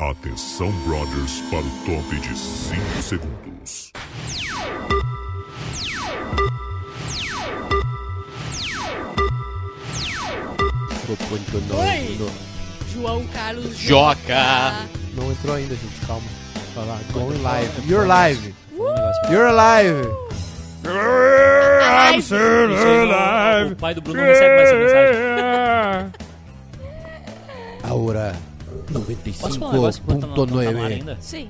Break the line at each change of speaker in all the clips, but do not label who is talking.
Atenção, brothers, para o top de 5 segundos.
Oi! João Carlos Joca.
Não entrou ainda, gente, calma. Vai lá, going live. You're live. You're live.
Live.
Isso aí, o- O pai do
É.
Bruno não recebe mais essa mensagem.
Aura
Posso falar um negócio enquanto tá no- tá no ar
95.9
ainda?
Sim.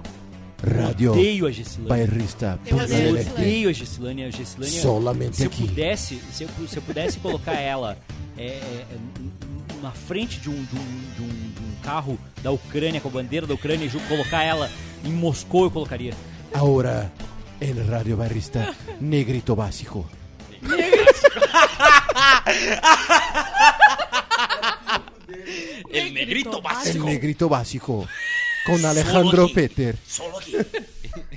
Radio
Odeio a Gessilane.
Bairrista
Eu
Porto
odeio a
Alegre.
Gessilane.
Odeio a Gessilane. A Gessilane
Solamente
se eu
aqui.
pudesse, se eu, se eu pudesse colocar ela é, é, é, na frente de um, de, um, de um- de um carro da Ucrânia, com a bandeira da Ucrânia, e ju- colocar ela em Moscou, eu colocaria.
Ahora en Radio Barrista Negrito Básico.
El negrito
El
básico.
Negrito Básico con Alejandro
aquí.
Peter.
Solo aquí.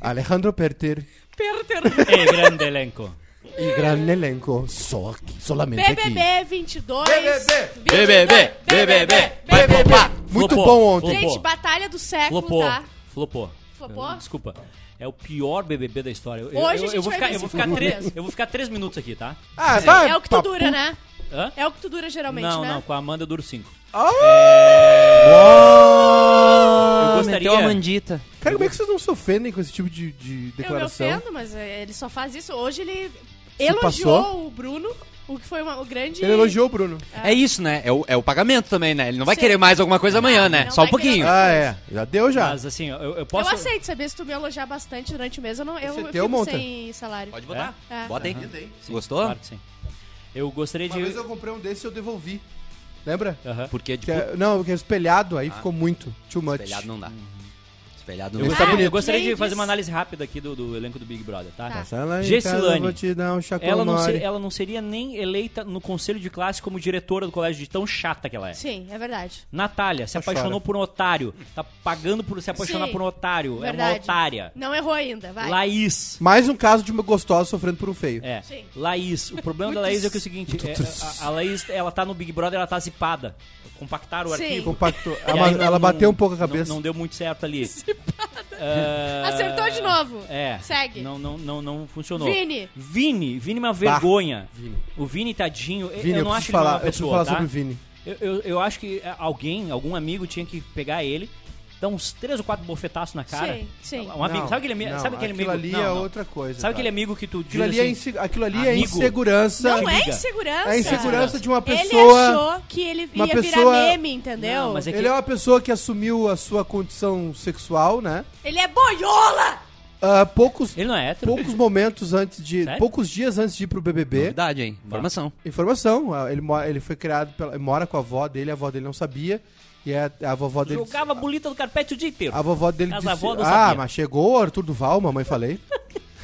Alejandro Peter
Perter.
É grande elenco.
y gran elenco so- solamente aquí.
BBB 22.
BBB.
22,
BBB, BBB, vai
BBB.
popar.
Muito
Flopou,
bom ontem.
Gente,
Flopou.
batalha do século,
Flopou.
tá?
Flopou.
Flopou?
Desculpa. É o pior BBB da história. Eu- eu-
Hoje a
eu,
gente
vou
vai
ficar,
ver
eu vou
se
ficar
flopou
três,
mesmo.
eu vou ficar três minutos aqui, tá?
Ah, vai,
É o que tu
papo.
dura, né?
Hã?
É o que tu dura geralmente,
Não,
né?
não, com a Amanda eu duro cinco.
Oh! Ah,
Eu
Meteu a
gostaria.
mandita.
Cara, como é que vocês não se ofendem com esse tipo de, de
Eu me
declaração?
ofendo, mas é, ele só faz isso. Hoje ele elogiou
passou.
o Bruno, o que foi uma, o grande...
Ele elogiou o Bruno.
É isso, né? É o, é o pagamento também, né? Ele não vai
Sim.
querer mais alguma coisa amanhã, né?
não
Só um
vai querer
pouquinho.
mais.
Ah, é. Já deu já.
Mas assim, eu, eu
Eu
posso.
aceito, sabia? Se tu me elogiar bastante durante o mês, eu, não, eu,
Você um
eu
deu,
fico
monta?
sem salário.
Pode botar.
É.
Bota aí.
Sim,
Gostou?
Claro que sim. Eu gostaria
Uma
de.
vez eu comprei um desse e eu devolvi. Lembra?
Aham.
Porque de
Que é- não, porque é espelhado,
Ah.
aí ficou muito. Too much.
espelhado não dá. Espelhado
Eu
não
gostaria,
dá.
Ah,
eu gostaria de
ladies.
fazer uma análise rápida aqui do, do elenco do Big Brother, tá?
Tá.
Passa lá em
Gessilane.
casa, eu vou te dar um
Ela não,
chacomore.
ser- ela não seria nem eleita no conselho de classe como diretora do colégio de tão chata que ela é.
Sim, é verdade.
Natália se
Só chora.
apaixonou por um otário. Tá pagando por se apaixonar
Sim,
por um otário. É uma
verdade.
otária.
Não errou ainda, vai.
Laís.
Mais um caso de uma gostosa sofrendo por um feio.
É.
Sim.
Laís. O problema da Laís é que é o seguinte: é, a, a Laís, ela tá no Big Brother, ela tá zipada. Compactaram o
Sim.
arquivo.
Compactou.
E
Ela,
aí
ela
não-
bateu um pouco a cabeça.
Não, não deu muito certo ali. Ah,
Acertou de novo.
É.
Segue.
Não, não, não, não funcionou.
Vini.
Vini, Vini é uma
Bah.
vergonha.
Vini.
O Vini, tadinho, eu-
Vini,
eu
eu,
não acho
preciso
ele uma
falar, eu preciso
pessoa,
falar
tá?
sobre o Vini.
Eu, eu, eu acho que eh, alguém, algum amigo tinha que pegar ele, dar uns três ou quatro bofetaços na cara.
Sim, sim.
Um amigo,
Não,
sabe aquele, ami-
não,
sabe aquele
aquilo
amigo?
ali
não,
é
não.
outra coisa.
Sabe
cara.
aquele amigo que tu diz
Aquilo ali, é,
assim,
inse- aquilo ali é
Amigo.
insegurança.
Não é
Liga.
insegurança.
É insegurança de uma
Ele
pessoa.
achou que ele
uma
ia
pessoa-
virar meme, entendeu?
Não, mas é que-
Ele é uma pessoa que assumiu a sua condição sexual, né?
Ele é boiola!
Ah, poucos,
ele não é hétero.
poucos momentos antes de.
Sério?
Poucos dias antes de ir pro BBB.
Novidade, hein? Informação.
Informação, ah, ele, mo- ele foi criado pela. ele mora com a avó dele, a avó dele não sabia. E a, a vovó dele.
Jogava bolita do carpete o dia inteiro.
A vovó dele
As
disse.
avó não
ah,
sabia."
mas chegou o Arthur Duval, mamãe falei.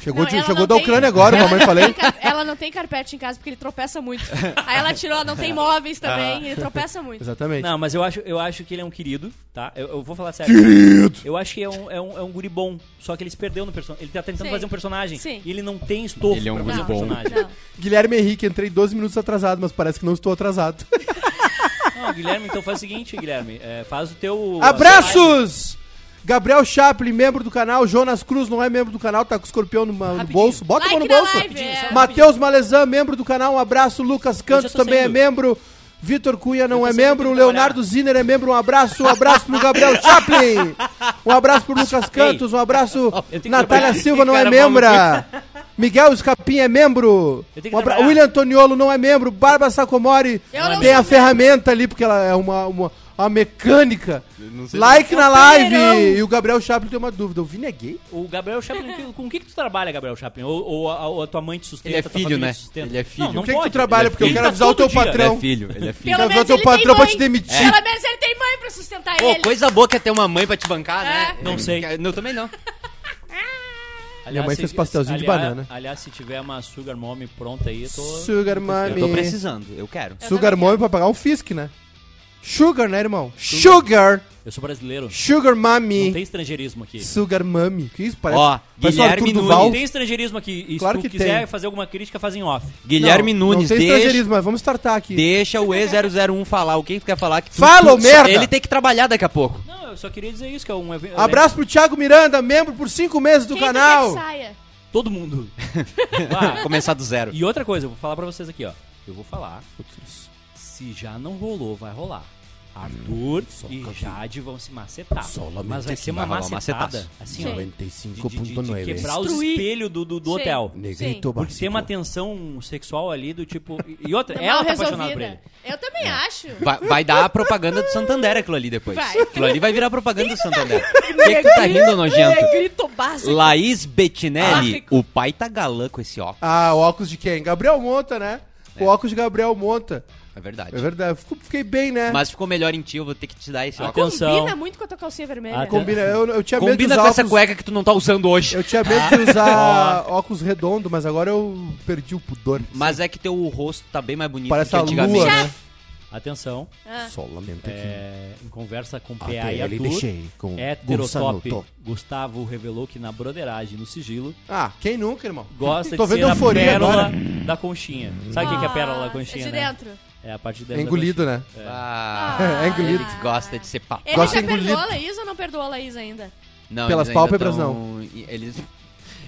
Chegou,
Não,
de-
ela
chegou
não
da
tem-
Ucrânia agora,
ela
mamãe
não
falei.
tem car- Ela não tem carpete em casa porque ele tropeça muito. Aí ela tirou, não tem móveis
Ah.
também, ele tropeça muito.
Exatamente.
Não, mas eu acho, eu acho que ele é um querido, tá? Eu, eu vou falar sério. Querido! Eu acho que é um, é um, é um guri bom, só que ele se perdeu no personagem. Ele tá tentando
Sim.
fazer um personagem
Sim.
e ele não tem estofo
Ele é
pra
um guri
fazer
Não,
um
bom.
personagem.
não.
Guilherme Henrique, entrei 12 minutos atrasado, mas parece que não estou atrasado.
Não, Guilherme, então faz o seguinte, Guilherme. é, faz o teu...
Abraços! Gabriel Chaplin, membro do canal. Jonas Cruz não é membro do canal, tá com o escorpião no, no
Rapidinho.
bolso. Bota a mão no
Like na
bolso.
live, é.
Matheus Malezan, membro do canal, um abraço. Lucas Cantos
tô
também é
saindo.
membro. Vitor Cunha não
tô
é
saindo,
membro.
tenho que
Leonardo Ziner é membro, um abraço. Um abraço pro Gabriel Chaplin. Um abraço pro Lucas Cantos. Um abraço.
tenho que
Natália
trabalhar.
Silva não é
Cara,
membra. Miguel Escapim é membro.
Eu tenho que
Um abra-
trabalhar.
William Antoniolo não é membro. Bárbara Sacomori
Eu não
tem
sou
a ferramenta ali, porque ela é uma, uma, uma mecânica. Like na
É o
live!
Pereirão.
E o Gabriel Chaplin tem uma dúvida. O Vini é gay?
O Gabriel Chaplin, que- com o que, que tu trabalha, Gabriel Chaplin? Ou, ou a, ou a tua mãe te sustenta?
Ele é
tua
filho,
família
né?
te sustenta?
Ele é filho.
Não,
O
não
que, que tu
pode.
trabalha? Porque eu
Ele
quero
tá
avisar o
todo
teu
dia.
Ele
patrão.
é filho, ele é filho.
Quero
Pelo
ver
menos
teu
ele
patrão
tem
pra
mãe.
te demitir.
Pelo menos ele tem mãe pra sustentar
Pô,
ele.
coisa boa que é ter uma mãe pra te bancar, né?
É.
Hum.
Não sei.
Eu também não.
Aliás,
Minha mãe
se-
fez pastelzinho de
aliás-
banana.
Aliás, se tiver uma sugar mommy pronta aí, eu tô...
Sugar
Eu tô
mommy.
precisando, eu quero.
Sugar mommy pra pagar um fisque, né? Sugar, né, irmão? Sugar!
Eu sou brasileiro.
Sugar
Não
Mami.
tem estrangeirismo aqui.
Sugar Mami. Que isso? Parece,
Ó,
parece o Arthur
Guilherme
Duval.
Não tem estrangeirismo aqui. E
Claro
se
que
tu quiser
tem.
fazer alguma crítica, faz em off.
Guilherme
Não,
Nunes,
Não tem
deixa,
estrangeirismo, mas vamos startar aqui.
deixa o E001 falar. O que tu quer falar? Que tu-
Fala,
tu-
ô merda!
Ele tem que trabalhar daqui a pouco.
Não, eu só queria dizer isso, que é um evento.
Abraço pro Thiago Miranda, membro por cinco meses do
Quem tu
canal.
quer que saia?
Todo mundo. Vá.
Começar do zero.
E outra coisa, eu vou falar pra vocês aqui, ó. Eu vou falar. Se já não rolou, vai rolar. Arthur e Jade vão se macetar.
Solamente
Mas vai
que
ser uma
vai rolar um
macetada.
macetaço.
Assim, ó.
Sim.
De, de- de- de
95.9.
quebrar os
Destruir.
espelhos do, do, do
Sim.
hotel.
Negrito
Porque tem uma
básico.
tensão sexual ali do tipo. e- E outra,
Tá
ela
mal
tá apaixonada por ele.
Eu também
É.
acho.
Vai, vai dar a propaganda do Santander aquilo ali depois.
Vai.
Aquilo ali vai virar propaganda do Santander. O que, que tu tá rindo, nojento?
Grito básico.
Laís Bettinelli,
África.
o pai tá galã com esse óculos.
Ah, o óculos de quem? Gabriel Monta, né? O óculos de Gabriel Monta.
É verdade.
É verdade. eu fico- Fiquei bem, né?
Mas ficou melhor em ti, eu vou ter que te dar esse
Ah,
óculos.
Atenção.
Combina muito com a tua calcinha vermelha.
Ah,
Combina, eu, eu tinha medo de
Combina
usar
com essa
óculos,
cueca que tu não tá usando hoje.
Eu tinha medo de usar óculos redondo, mas agora eu perdi o pudor.
Mas é que teu rosto tá bem mais bonito
Parece
que
a lua,
antigamente.
né?
Atenção.
Ah.
Solamente que
é, em conversa com PA
até
e
ele
Arthur.
deixei com Gonçalo
Heterotop
Tó.
Gustavo revelou que na broderagem, no sigilo,
Ah, quem nunca, irmão?
gosta
Tô
de ser
vendo
a
euforia
pérola
agora.
da conchinha. Sabe o que que é a pérola da
Ah,
conchinha,
É de
né?
dentro.
É a parte de
É
dentro da
engolido, né? É,
Ah,
Ah,
ele
engolido.
gosta de ser papo.
Ele tá
Gosta
já
de
perdoou
engolir.
a Laís ou não perdoou a Laís ainda?
Não,
Pelas
eles ainda
pálpebras,
tão- e- Eles,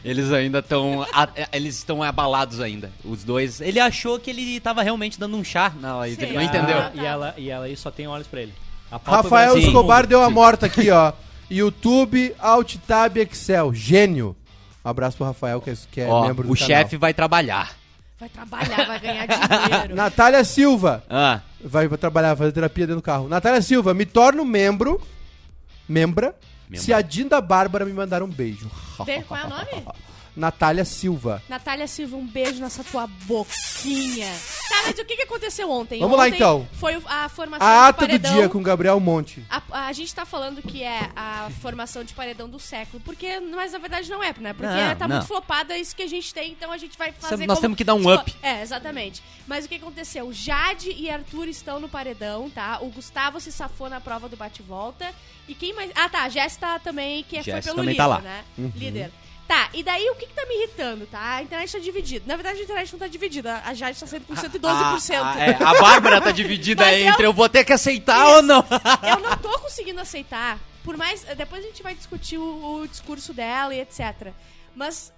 eles ainda estão. eles estão abalados ainda. Os dois. Ele achou que ele tava realmente dando um chá na Laís.
Sim.
Ele não
conchinha.
entendeu.
Ah, E ela, e ela aí só tem olhos pra ele. A
é.
pálpebra
Rafael
assim,
Escobar deu a
Sim.
morta aqui, ó. YouTube, Alt Tab, Excel. Gênio. Um abraço pro Rafael, que é, que é
Ó,
membro do
o
canal.
chefe vai trabalhar.
Vai trabalhar, vai ganhar dinheiro.
Natália Silva.
Ah,
Vai pra trabalhar, fazer terapia dentro do carro. Natália Silva, me torno membro. Membra.
Membra.
Se a Dinda Bárbara me mandar um beijo.
Tem- Qual é o nome?
Natália Silva.
Natália Silva, um beijo nessa tua boquinha. Tá, mas o que, que aconteceu ontem?
Vamos lá,
Ontem
então.
Foi o- a formação
A
do
ata do
paredão.
dia com Gabriel Monte.
A, a gente tá falando que é a formação de paredão do século, porque, mas na verdade não é, né? Porque
Não,
tá
não.
muito flopada isso que a gente tem, então a gente vai fazer.
nós
como-
temos que dar um
Tipo,
up.
É, exatamente. Mas o que aconteceu? Jade e Arthur estão no paredão, tá? O Gustavo se safou na prova do bate-volta. E quem mais. Ah, tá. Jess tá também, que foi
Jess
pelo
também
líder,
tá lá.
né? Líder. Tá, e daí o que, que tá me irritando, tá? A internet tá dividida. Na verdade, a internet não tá dividida. A Jade tá sendo com 112%.
A, a, Ah, é, a Bárbara tá dividida
Mas é
entre eu... vou ter que aceitar
Isso.
ou não.
eu não tô conseguindo aceitar. Por mais. Depois a gente vai discutir o, o discurso dela e etc. Mas.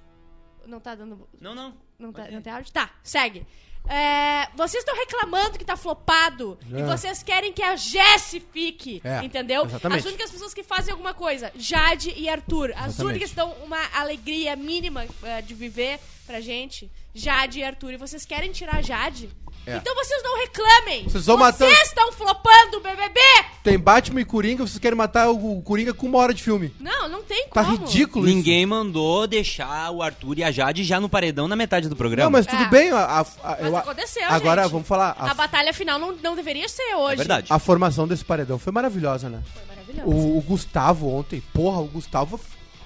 Não tá dando.
Não, não.
Não, tá, não tem áudio? Tá, segue. É, vocês estão reclamando que tá flopado e vocês querem que a Jess fique,
É,
entendeu?
exatamente.
As únicas pessoas que fazem alguma coisa, Jade e Arthur, as
Exatamente.
únicas que dão uma alegria mínima eh, de viver pra gente, Jade e Arthur, e vocês querem tirar a Jade?
É.
Então vocês não reclamem!
Vocês vão matando-
estão flopando o BBB!
Tem Batman e Coringa, vocês querem matar o o Coringa com uma hora de filme.
Não, não tem
Tá
como.
ridículo isso.
Ninguém mandou deixar o Arthur e a Jade já no paredão na metade do programa.
Não, mas tudo
É.
bem. a- a- a-
Mas
eu a-
aconteceu,
Agora,
gente.
vamos falar.
A
A,
batalha final não, não deveria ser
É
hoje.
verdade.
a formação desse paredão foi maravilhosa, né?
Foi maravilhoso.
O, o Gustavo ontem. Porra, o Gustavo...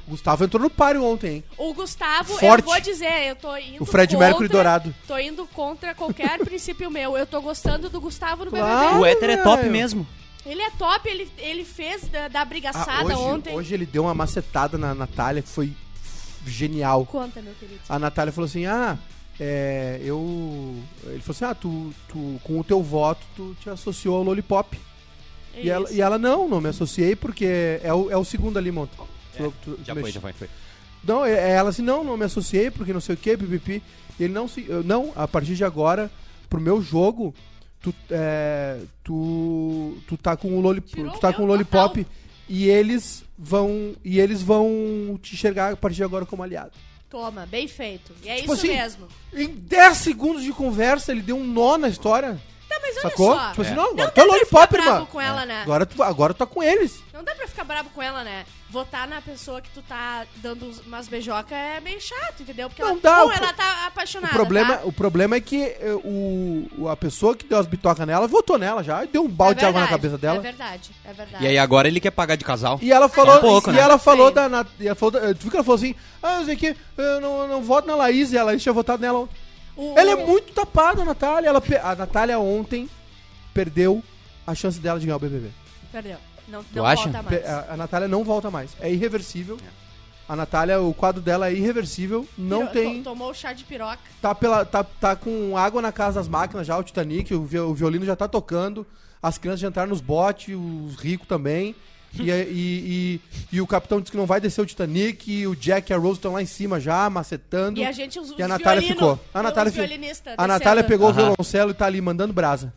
O Gustavo entrou no páreo ontem, hein?
O Gustavo,
Forte.
eu vou dizer, eu tô indo
O Fred
contra,
Mercury dourado.
Tô indo contra qualquer princípio meu. Eu tô gostando do Gustavo no
Claro.
BBB.
O hétero é top
velho.
mesmo.
Ele é top, ele, ele fez da, da
Ah,
brigaçada
hoje,
ontem.
hoje ele deu uma macetada na Natália que foi genial.
Conta, meu querido.
A Natália falou assim: Ah, é, eu. Ele falou assim: Ah, tu, tu, com o teu voto, tu te associou ao Lollipop. E ela, e ela: Não, não me associei porque é o, é o segundo ali, Monta. Tu- tu- tu mexe-
É, foi, foi.
Não, é- é ela assim: Não, não me associei porque não sei o que, pipipi. E ele não se. eu- Não, a partir de agora, pro meu jogo. Tu, é, tu, tu tá com o
Tirou
lollipop, tu tá
o
com o
meu
lollipop
total.
e eles vão e eles vão te enxergar a partir de agora como aliado.
Toma, bem feito. E é
Tipo
isso
assim,
mesmo.
Em 10 segundos de conversa, ele deu um nó na história.
Tá, mas olha
Sacou?
só.
Tipo assim,
É.
não, agora
Não
tu é
dá pra ficar
lollipop,
bravo
irmão. É,
com ela, né?
Agora tu, agora tu tá com eles.
Não dá pra ficar brabo com ela, né? Votar na pessoa que tu tá dando uns- umas beijocas é meio chato, entendeu? Porque
Não
ela,
dá,
ou
o pro-
ela tá apaixonada.
o, problema,
tá?
o problema é que eh, o, o- a pessoa que deu as bitocas nela votou nela já e deu um
É
balde de água na
verdade,
cabeça dela.
É verdade, é verdade.
E aí agora ele quer pagar de casal.
E ela falou,
um pouco,
e
né?
ela falou
Feio.
da, Nat- e ela falou da- Tu viu que ela falou assim? Ah, eu sei que eu não, eu não voto na Laís e a Laís tinha votado nela ontem.
O-
Ela é
o-
muito tapada, a Natália. Ela, pe- a Natália ontem perdeu a chance dela de ganhar o BBB.
Perdeu. Não,
Tu
não
acha?
volta mais.
Pe- ah, A, a Natália não volta mais. É irreversível. A Natália, o quadro dela é irreversível. Não
Piro-
tem.
to- Tomou o chá de piroca.
Tá, pela, tá, tá com água na casa das máquinas já, o Titanic, o, vi- o violino já tá tocando, as crianças já entraram nos botes, os ricos também. E, a- e, e, e o capitão disse que não vai descer o Titanic, e o Jack e a Rose estão lá em cima já, macetando.
E a gente os,
E a Natália ficou. A Natália fi- A Natália pegou o
Aham.
violoncelo e tá ali mandando brasa.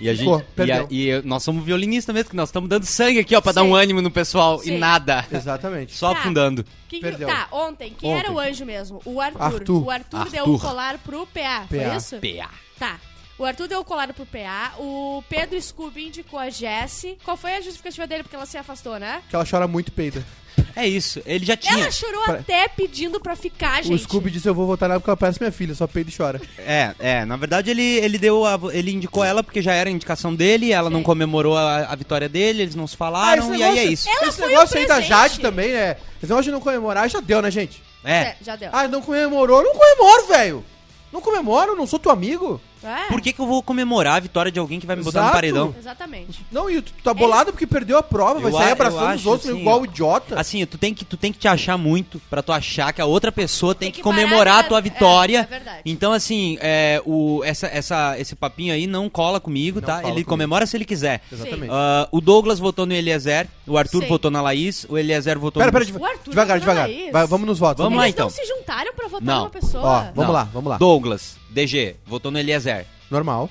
E a gente.
Pô,
e, a-
perdeu.
e eu- nós somos violinistas mesmo, que nós estamos dando sangue aqui, ó, pra dar um
Sim.
ânimo no pessoal.
Sim.
E nada.
Exatamente.
Só
Tá.
afundando.
Que,
Perdeu.
Tá, ontem. Quem era
Ontem.
o anjo mesmo? O Arthur.
Arthur.
O Arthur, deu
Arthur.
o colar pro PA, foi
PA.
isso?
PA.
Tá. O Arthur deu o colar pro PA. O Pedro Scooby indicou a Jessie. Qual foi a justificativa dele? Porque ela se afastou, né?
Que ela chora muito peida.
É isso. Ele já tinha.
Ela chorou
Pra-
até pedindo pra ficar, gente.
O Scooby disse: Eu vou votar nela porque ela parece minha filha, só peida e chora.
É, é. Na verdade, ele, ele deu. a- ele indicou ela porque já era a indicação dele, ela não comemorou a, a vitória dele, eles não se falaram,
Ah, esse
e aí é
negócio-
isso.
Ela
Esse
foi
negócio
um
aí da
presente.
Jade também, né? Esse negócio de não comemorar já deu, né, gente?
É.
É, já deu.
Ah, não comemorou? Não comemoro, velho! Não comemoro, não sou teu amigo.
É,
Por que, que eu vou comemorar a vitória de alguém que vai me botar no
Exato.
paredão?
Exatamente.
Não, e tu, tu tá
É
bolado porque perdeu a prova, vai
Eu a-
sair
eu
abraçando os
acho,
outros
assim,
igual
ó.
idiota.
Assim, tu tem que, tu tem que te achar muito pra tu achar que a outra pessoa tem,
Tem
que,
que
comemorar
parar
a
de-
tua
é,
vitória.
é verdade.
Então, assim, é, o, essa, essa, esse papinho aí não cola comigo,
Não
tá?
cola
ele
comigo.
comemora se ele quiser.
Exatamente.
Ah, o Douglas votou no Eliezer, o Arthur
Sim.
votou na Laís, o Eliezer votou
Pera,
no...
pera,
O
deva-
Arthur
devagar,
votou na
devagar.
Laís.
Vai, vamos nos votos.
Vamos lá,
Eles
então.
não se juntaram pra votar
Não.
numa
Ó,
pessoa.
vamos lá, vamos lá.
Douglas, DG, votou no Eliezer.
Normal.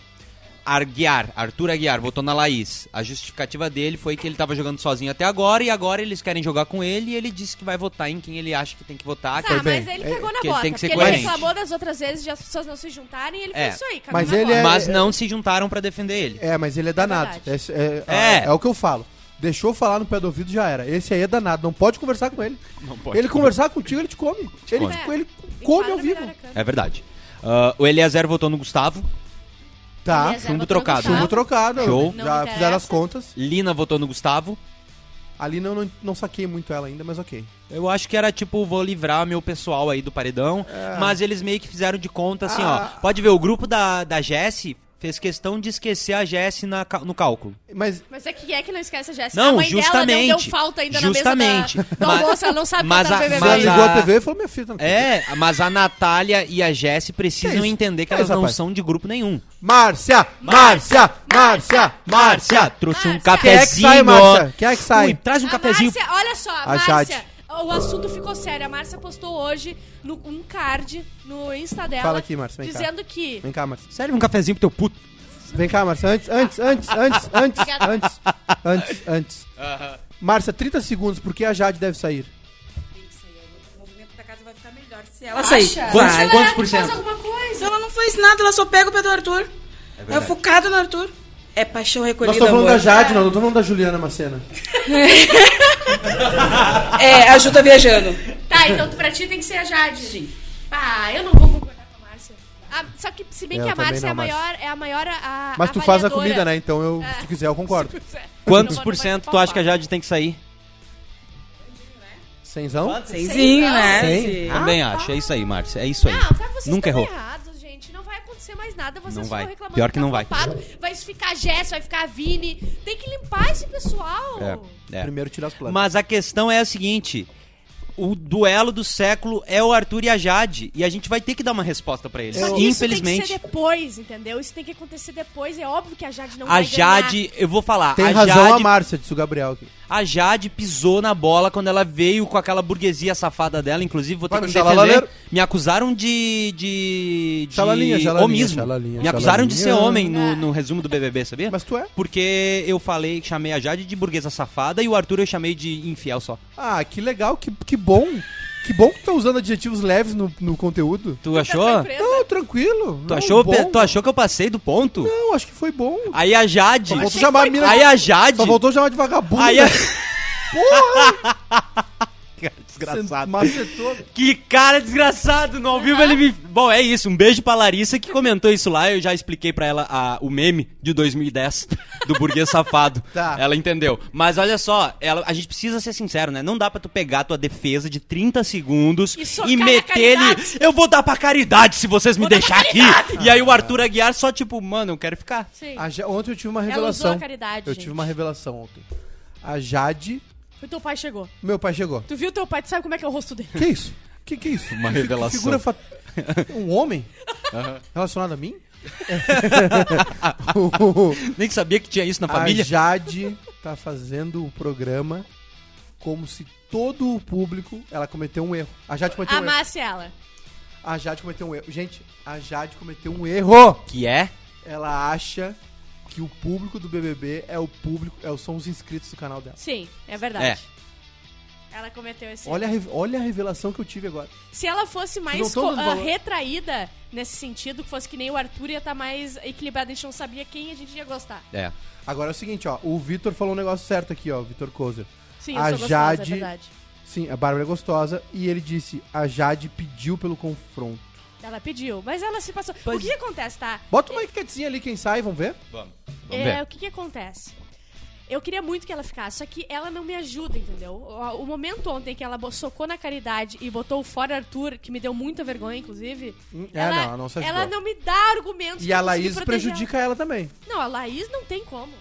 Arguiar, Arthur Aguiar, votou na Laís. A justificativa dele foi que ele tava jogando sozinho até agora e agora eles querem jogar com ele e ele disse que vai votar em quem ele acha que tem que votar.
Tá,
que-
mas
bem.
ele
É,
cagou na
que ele
bota.
tem que ser
porque
coerente.
ele reclamou das outras vezes de as pessoas não se juntarem e ele
É.
fez isso aí, cagou
Mas
na
ele
bota.
é-
Mas não se juntaram pra defender ele.
É, mas ele é danado.
verdade.
Esse- É,
É.
é- é o que eu falo. Deixou falar no pé do ouvido, já era. Esse aí é danado. Não pode conversar com ele. Não pode. Ele conversar contigo, ele te come. Ele,
come.
ele
Enquadra
come ao
melhor
vivo.
a câmera.
É verdade. Ah, o Eliezer votou no Gustavo,
Tá.
Eliezer
chumbo
votou no
trocado.
Gustavo.
Chumbo trocado.
Show.
Não
Já
interessa.
fizeram as contas.
Lina votou no Gustavo.
Ali não, não, não saquei muito ela ainda, mas ok.
Eu acho que era tipo, vou livrar meu pessoal aí do paredão. Mas eles meio que fizeram de conta assim,
É. Ah.
ó. Pode ver, o grupo da, da Jessie fez questão de esquecer a Jessie na ca- no cálculo.
Mas
Mas é que é que não esquece a Jéssica.
Não,
a mãe
justamente.
dela deu, deu falta ainda
Justamente.
na mesa da, do
Mas-
almoço, ela não sabe
mas
cantar
a-
no BBB.
Ela
mas
ligou
a-
a TV e falou, minha filha, tá
É, mas a Natália e a Jessie precisam
isso?
entender que
Que
elas
isso,
não
rapaz?
são de grupo nenhum.
Márcia, Márcia, Márcia, Márcia.
Márcia, trouxe um
Márcia.
Quem é que
cafezinho.
sai, Márcia? Quem é que
Ui,
sai?
traz um
a
cafezinho.
Márcia, olha só, a
A
Márcia,
Jade.
o assunto ficou sério. A Márcia postou hoje no, um card no Insta dela.
Fala aqui, Márcia, vem cá.
Dizendo que...
Vem cá, Márcia.
Serve um cafezinho pro teu puto.
Vem cá, Márcia. Antes, antes, antes, antes, antes,
Obrigada.
antes, antes, antes. Márcia, 30 segundos, porque a Jade deve sair.
O movimento da casa vai ficar melhor se ela sair.
Quantos-
Vai.
quantos por
Faz
cento?
alguma coisa.
Ela não fez nada, ela só pega o pé do Arthur. É, focada no Arthur. É paixão
Nós
recolhida,
estamos falando
amor.
da Jade, não, não estamos falando da Juliana Macena.
É, a Ju tá viajando.
Tá, então pra ti tem que ser a Jade. Sim. Ah, eu não vou concordar com a Márcia. Ah, só que se bem
Eu
que a
também
Márcia é a
não, Márcia.
maior... É a maior a,
Mas tu faz a
avaliadora. é.
comida, né? Então, eu, se tu quiser, eu concordo.
Quantos por cento tu acha que a Jade tem que sair?
Cenzão?
Seizinho, né?
Sim.
Sim.
Também acho. É isso aí, Márcia. É isso aí.
Ah, tá. Não, cara, vocês
Nunca
estão
errou.
errados, gente. Não vai acontecer mais nada. Vocês
Não
ficam
vai.
reclamando
Pior que
tá
não vai.
flopado. Vai ficar a Jess, vai ficar a Vini. Tem que limpar esse pessoal.
É.
Primeiro tira as plantas.
Mas a questão é a seguinte: o duelo do século é o Arthur e a Jade. E a gente vai ter que dar uma resposta pra eles.
Só que isso tem que
Infelizmente.
ser depois, entendeu? Isso tem que acontecer depois. É óbvio que a Jade não
A
vai
Jade, eu vou falar,
Tem
a
razão a
Jade,
Márcia, disse o Gabriel aqui.
a Jade pisou na bola quando ela veio com aquela burguesia safada dela, inclusive vou ter
Vai
que me
no xalalaler.
defender. Me acusaram de de, de
Xalalinha, xalalinha,
homismo.
xalalinha,
me acusaram de ser
xalalinha.
homem
Ah.
no, no resumo do BBB, sabia?
Mas tu é?
Porque eu falei, chamei a Jade de burguesa safada e o Arthur eu chamei de infiel só.
Ah, que legal, que, que bom. Que bom que tu tá usando adjetivos leves no, no conteútu.
Tu achou?
ganhar. Surpresa.
Não, tranquilo.
Tu
Não,
achou,
bom.
tu achou que eu passei do ponto?
Não, acho que foi bom.
Aí a Jade.
Só voltou chamar a mina.
Aí a Jade.
Só voltou chamar de vagabundo. né?
Aí a...
Desgraçado.
Desgraçado.
Macetou.
Que cara desgraçado, no ao vivo ele me. Bom, é isso. Um beijo pra Larissa que comentou isso lá. Eu já expliquei pra ela a- o meme de 2010 do burguês safado.
Tá.
Ela entendeu. Mas olha só, ela- a gente precisa ser sincero, né? Não dá pra tu pegar tua defesa de 30 segundos
E
e,
socar na
meter
caridade.
ele. Eu vou dar pra caridade se vocês me
Vou dar
deixar
pra
aqui. E aí o Arthur Aguiar só tipo, mano, eu quero ficar.
Sim.
A Ja- ontem eu tive uma
usou
revelação.
a caridade,
eu
gente.
tive uma revelação ontem. a Jade.
O teu pai chegou.
Meu pai chegou.
Tu viu teu pai, tu sabe como é que é o rosto dele.
Que isso? Que que é isso?
Uma
Que- que
revelação.
Figura fat... Um homem? Relacionado a mim?
Nem sabia que tinha isso na
A
família.
Jade tá fazendo o programa como se todo o público ela cometeu um erro. A Jade cometeu um erro.
Amasse é ela.
A Jade cometeu um erro. Gente, a Jade cometeu um erro.
Que é?
Ela acha que o público do BBB é o público, é, são os inscritos do canal dela.
Sim, é verdade. Ela cometeu esse
É. Olha a, re- olha a revelação que eu tive agora.
Se ela fosse
não
mais
tão
co-
dando
ah,
valor.
retraída nesse sentido, que fosse que nem o Arthur ia estar mais equilibrado, a gente não sabia quem a gente ia gostar.
É.
Agora é o seguinte, ó. O Vitor falou um negócio certo aqui, ó. O Vitor Kozer.
Sim, eu
A
sou gostosa,
Jade-
é verdade.
Sim, a Bárbara é gostosa. E ele disse, a Jade pediu pelo confronto.
Ela pediu, mas ela se passou. O que, que acontece, tá?
Bota uma enquetezinha ali, quem sai, vamos ver.
Vamos.
É, o que que acontece? Eu queria muito que ela ficasse, só que ela não me ajuda, entendeu? O, o momento ontem que ela bo- socou na caridade e botou o fora Arthur, que me deu muita vergonha, inclusive.
Hum, é, não, ela não se ajudou.
ela não me dá argumentos.
E
pra
a
conseguir
Laís
proteger ela.
prejudica ela também.
Não, a Laís não tem como.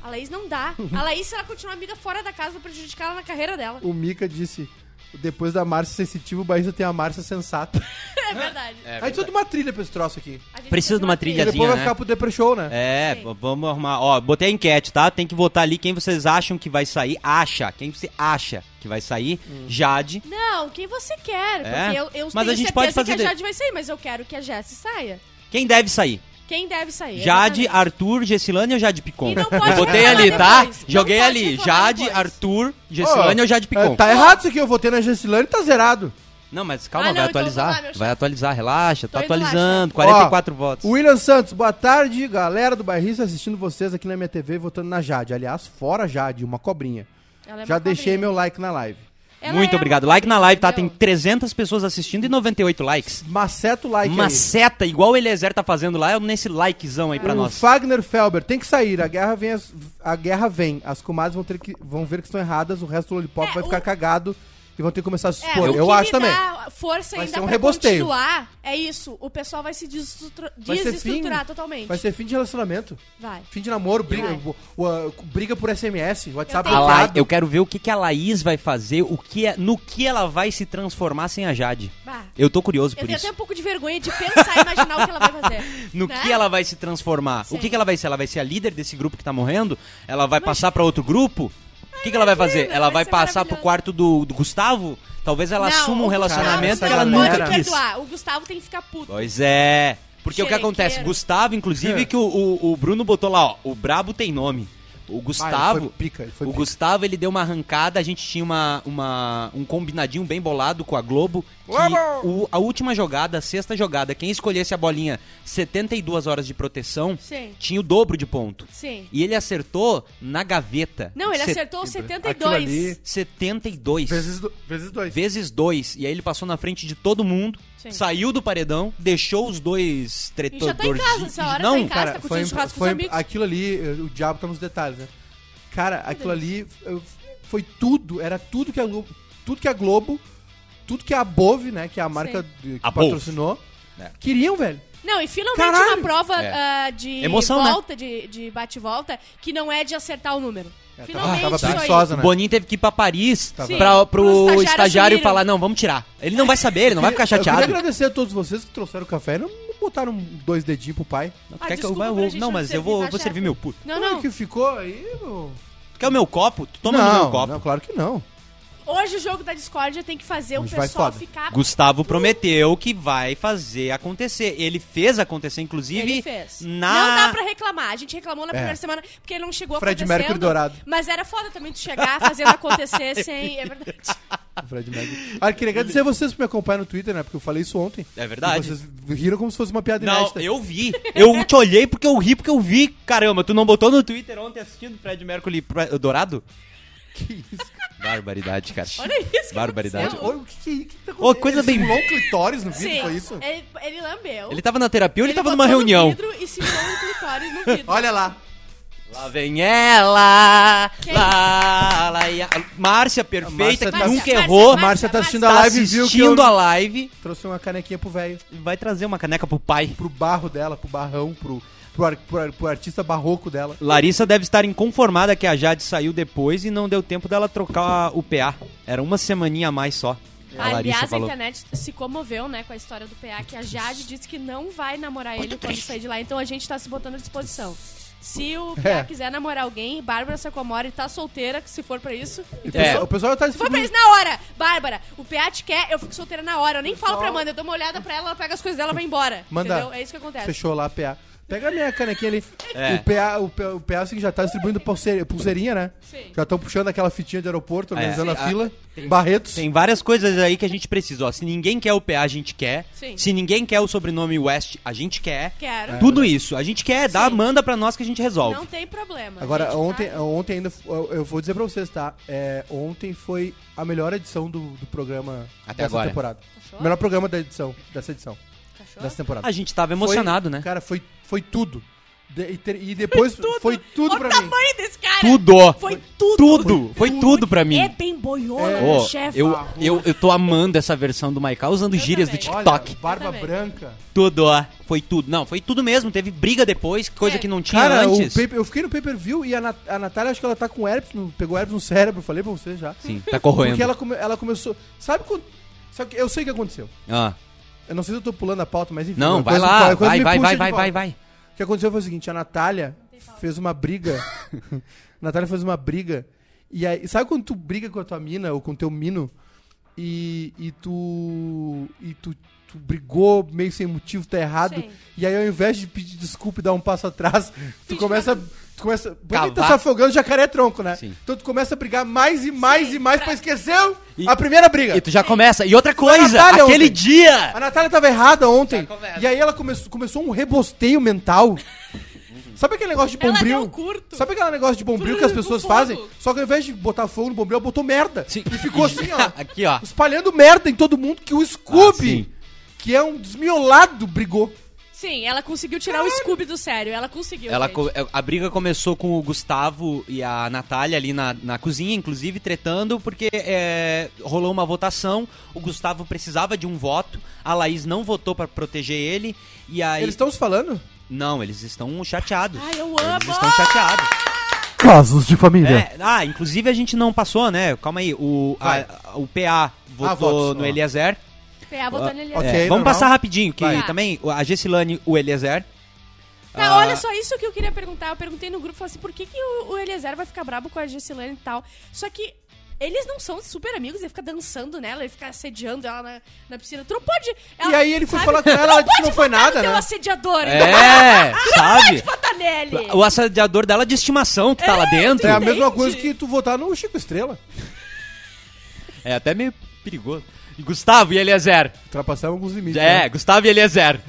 A Laís não dá. A Laís, se ela continuar amiga fora da casa, vai prejudicar ela na carreira dela.
O Mika disse, depois da Márcia sensitiva, o Bahia tem a Márcia sensata.
É verdade.
Aí precisa de uma trilha pra esse troço aqui.
A gente
Precisa
fez
de uma
E
trilha.
depois vai
né?
ficar pro Depre Show, né?
É,
Sim.
v- vamos arrumar. Ó, botei a enquete, tá? Tem que votar ali quem vocês acham que vai sair. Acha. Quem você acha que vai sair?
Hum.
Jade.
Não, quem você quer. Porque
É?
eu, eu tenho
Mas a gente
certeza
pode fazer
que a
de-
Jade vai sair, mas eu quero que a Jessie saia.
Quem deve sair?
Quem deve sair?
Jade,
exatamente.
Arthur, Gessilane ou Jade Picon?
E não pode
Eu botei
reclamar
ali, tá?
depois. Não
Joguei
pode
ali.
reclamar
Jade,
depois.
Arthur, Gessilane
Ó,
ou Jade Picon?
é, Tá errado isso aqui, eu votei na Gessilane e tá zerado.
Não, mas
Ah,
calma,
não,
vai
então
atualizar.
vamos lá, meu
vai atualizar, relaxa.
Tô
Tá
indo lá,
atualizando.
chefe.
44 votos.
O William Santos, boa tarde, galera do bairrista assistindo vocês aqui na minha TV votando na Jade. Aliás, fora Jade, uma cobrinha.
Ela é uma
Já deixei
cobrinha.
meu like na live.
Ela
Muito
é
obrigado.
uma
Like na live, tá? Tem
entendeu?
300 pessoas assistindo e 98 likes.
Maceta o like
Uma
aí.
seta, igual o Eliezer tá fazendo lá, é nesse likezão aí pra
o
nós.
Fagner Felber, tem que sair, a guerra vem, as- a guerra vem. As comadres vão, ter que, vão ver que estão erradas, o resto do Lollipop
É,
vai
o-
ficar cagado e vão ter que começar a se
É,
expor.
o
eu
que
acho
me
também.
dá força
Vai
ainda
ser um
pra
rebosteio.
continuar é isso. O pessoal vai se desestrutura-
Vai ser fim,
desestruturar totalmente.
Vai ser fim de relacionamento.
Vai.
Fim de namoro, briga,
Vai.
o- o- o- briga por SMS, WhatsApp
É. tenho-
A Lai-
bloqueado.
eu quero ver o que, que a Laís vai fazer, o que é- no que ela vai se transformar sem a Jade.
Bah.
Eu tô curioso
Eu
por
tenho
isso.
até um pouco de vergonha de pensar e imaginar o que ela vai fazer.
No
né?
que ela vai se transformar?
Sim.
O que, que ela vai ser? Ela vai ser a líder desse grupo que tá morrendo? Ela vai passar pra outro grupo? O que, que ela vai fazer?
imagina,
Ela
vai
vai
ser
passar pro
maravilhoso.
quarto do, do Gustavo? Talvez ela
Não,
assuma
o
um
Gustavo,
relacionamento que ela
essa
nunca
galera-
pode
quis.
perdoar. O Gustavo tem que ficar puto.
Pois é. Porque o que acontece?
Xerequeiro.
Gustavo, inclusive, que o, o, o Bruno botou lá, ó. O Brabo tem nome.
Ah,
O
ele foi
Gustavo.
pica, ele foi
o
pica.
Gustavo, ele deu uma arrancada, a gente tinha uma, uma- um combinadinho bem bolado com a Globo. que o- a última jogada, a sexta jogada, quem escolhesse a bolinha 72 horas de proteção,
Sim.
tinha o dobro de ponto.
Sim.
E ele acertou na gaveta.
Não, ele
Se-
acertou
Aquilo
72.
ali,
72
vezes, do- vezes dois.
vezes dois. E aí ele passou na frente de todo mundo,
Sim.
saiu do paredão, deixou os dois
E já tá em
tretadores.
casa, essa hora tá em
Não,
casa, tá curtindo churrasco com os amigos.
um, aquilo ali, eh, o diabo tá nos detalhes, né? Cara, aquilo ali eh, foi tudo, era tudo que a Globo, tudo que a Globo, tudo que a Bove, né, que é a marca de- que
A Bove.
patrocinou,
É.
queriam, velho.
Não, e finalmente
Caralho!
uma prova
É.
ah, de
Emoção, né?
volta, de, de bate-volta, que não é de acertar o número.
É,
finalmente
tava
isso aí.
preguiçosa,
o
né?
Boninho teve que ir pra Paris
Tá
Sim,
pra,
pros
pro
estagiários
estagiário
sumirem.
falar: não, vamos tirar. Ele não vai saber, ele não vai ficar
Eu
chateado.
queria agradecer a todos vocês que trouxeram café e não botaram dois dedinhos pro pai.
Não,
Ah,
quer que eu-
desculpa
eu
pra
vou-
gente
não,
não
mas eu
servir,
vou,
tá,
vou
chefe?
servir meu puto.
Não,
Como é
não.
que ficou aí, meu?
Tu Quer o meu copo? Tu toma no
não,
meu copo.
não, claro que não.
Hoje o jogo da Discordia tem que fazer o
Hoje vai
pessoal
foda.
ficar.
Gustavo prometeu que vai fazer acontecer. Ele fez acontecer, inclusive.
Ele fez. Não
Na...
dá pra reclamar. A gente reclamou na primeira semana porque ele não chegou
É. Fred
acontecendo.
Mercury dourado.
Mas era foda também tu chegar fazendo acontecer sem. É verdade.
Fred Mercury. Ah, queria agradecer a vocês por me acompanhar no Twitter, né? Porque eu falei isso ontem.
É verdade.
E vocês riram como se fosse uma piada
Não,
inédita.
eu vi. Eu te olhei porque eu ri, porque eu vi. Caramba, tu não botou no Twitter ontem assistindo Fred Mercury pra- dourado?
Que isso?
Barbaridade, cara.
Olha isso. que
Barbaridade.
aconteceu.
Olha, o que, que, que tá
Ô, coisa
Ele
bem-
simulou um clitóris no vídeo,
Sim, É.
foi isso?
Ele, ele lambeu.
Ele tava na terapia ou ele, tava
botou
numa reunião?
No vidro e se pôs no clitóris no vidro.
Olha lá.
Lá vem ela!
Quem?
Lá, lá, e a- Márcia, perfeita,
Márcia
que
tá-
nunca
Márcia,
errou.
Márcia,
Márcia tá assistindo a
tá
live e viu que eu
assistindo a live.
trouxe uma canequinha pro velho,
Vai trazer uma caneca pro pai.
pro barro dela, pro barrão, pro pro, ar- pro ar- pro artista barroco dela.
Larissa deve estar inconformada que a Jade saiu depois e não deu tempo dela trocar o PA. Era uma semaninha a mais só. A Larissa
Aliás, é
falou.
a internet se comoveu, né, com a história do PA, que a Jade disse que não vai namorar ele quando sair de lá, então a gente tá se botando à disposição. Se o PA
É.
quiser namorar alguém, Bárbara Sacomori tá solteira, que se for pra isso.
E
É.
o pessoal- O pessoal tá
Se for pra
distribuindo.
isso na hora! Bárbara, o PA te quer, eu fico solteira na hora. Eu nem falo pra Amanda, eu dou uma olhada pra ela, ela pega as coisas dela e vai embora.
Manda.
Entendeu? É isso que acontece.
Fechou lá a PA. Pega a minha canequinha ali.
É.
O PA, o PA, o PA assim, já tá distribuindo pulseira- pulseirinha, né?
Sim.
Já estão puxando aquela fitinha de aeroporto, organizando
É. Sim.
a fila. Barretos.
Tem várias coisas aí que a gente precisa. Ó. Se ninguém quer o PA, a gente quer.
Sim.
Se ninguém quer o sobrenome West, a gente quer.
Quero.
É.
Tudo isso. A gente quer, dá,
Sim.
manda pra nós que a gente resolve.
Não tem problema.
Agora,
Gente,
ontem,
tá?
ontem ainda, f- eu eu vou dizer pra vocês, tá? É, ontem foi a melhor edição do, do programa
Até
dessa
agora.
temporada.
Achou?
Melhor programa da edição, dessa edição,
Achou?
dessa temporada.
A gente tava emocionado,
Foi-
né?
Cara, foi, foi tudo. De- e, ter- e depois foi tudo,
Olha
pra
o
mim.
tamanho desse cara!
Tudo!
Foi tudo!
Tudo! Foi tudo pra
É
mim.
bem boiola,
É.
né,
Ô,
chefe.
eu, eu, eu tô amando essa versão do Michael usando gírias do
também.
TikTok.
Olha, barba
também.
branca.
Tudo, ó. Foi tudo. Não, foi tudo mesmo. Teve briga depois, coisa
É.
que não tinha
Cara, o
antes.
pay- eu fiquei no pay-per-view e a, Nat- a Natália, acho que ela tá com herpes, no- pegou herpes no cérebro, falei pra vocês já.
Sim, tá corroendo.
Porque ela, come- ela começou... Sabe quando... Sabe que eu sei o que aconteceu.
Ah.
Eu não sei se eu tô pulando a pauta, mas enfim.
Não,
uma
vai
coisa-
lá.
uma coisa
Vai,
me
vai,
puxa
vai,
de
vai, vai,
volta.
vai.
O que aconteceu foi o seguinte, a Natália fez uma briga. a Natália fez uma briga. E aí, sabe quando tu briga com a tua mina ou com o teu mino? E, e tu. E tu, tu brigou meio sem motivo, tá errado.
Sim.
E aí, ao invés de pedir desculpa e dar um passo atrás, tu começa. Tu começa. Pra quem tá
Cavar.
se afogando, jacaré é tronco, né?
Sim.
Então tu começa a brigar mais e mais e mais pra esquecer o-
E-
a primeira briga.
E tu já começa. E outra coisa,
Natália
aquele
ontem.
dia.
A Natália tava errada ontem. E aí ela começou, começou um rebosteio mental. Sabe aquele negócio de
Ela
bombril?
deu um curto.
Sabe aquele negócio de bombril que as pessoas
Com fogo.
fazem? Só que ao invés de botar fogo no bombril, ela botou merda.
Sim.
E ficou assim, ó.
Aqui, ó.
Espalhando merda em todo mundo que o Scooby,
Ah, sim.
que é um desmiolado, brigou.
Sim, ela conseguiu tirar o Scooby do sério. Ela conseguiu.
Ela,
gente.
co- a briga começou com o Gustavo e a Natália ali na, na cozinha, inclusive, tretando, porque é, rolou uma votação, o Gustavo precisava de um voto, a Laís não votou pra proteger ele, e aí...
Eles estão se falando?
Não, eles estão chateados.
Ai, eu
Eles
amo!
estão chateados.
Casos de família.
É, ah, inclusive a gente não passou, né? Calma aí. O, a-
Vai. Ah,
a- o PA votou
votos,
no
ó.
Eliezer.
PA botando ele
Ok.
É,
ali.
vamos
normal.
passar rapidinho, que
Vai.
também a Gessilane, o Eliezer.
Tá,
Ah,
olha só, isso que eu queria perguntar. Eu perguntei no grupo, falei assim, por que, que o, o Eliezer vai ficar brabo com a Gessilane e tal? Só que eles não são super amigos, ele fica dançando nela, ele fica assediando ela na, na piscina. Tu não pode...
É. E aí ele foi
sabe?
falar com ela,
Tu
ela disse que não foi
botar no
nada,
teu
né?
assediador, Então
É, sabe?
Bota nele!
O assediador dela de estimação que tá lá dentro.
É a mesma
Entende?
coisa que tu votar no Chico Estrela.
É até meio perigoso. E Gustavo e Eliezer.
Ultrapassamos alguns limites.
É,
né?
Gustavo e Eliezer.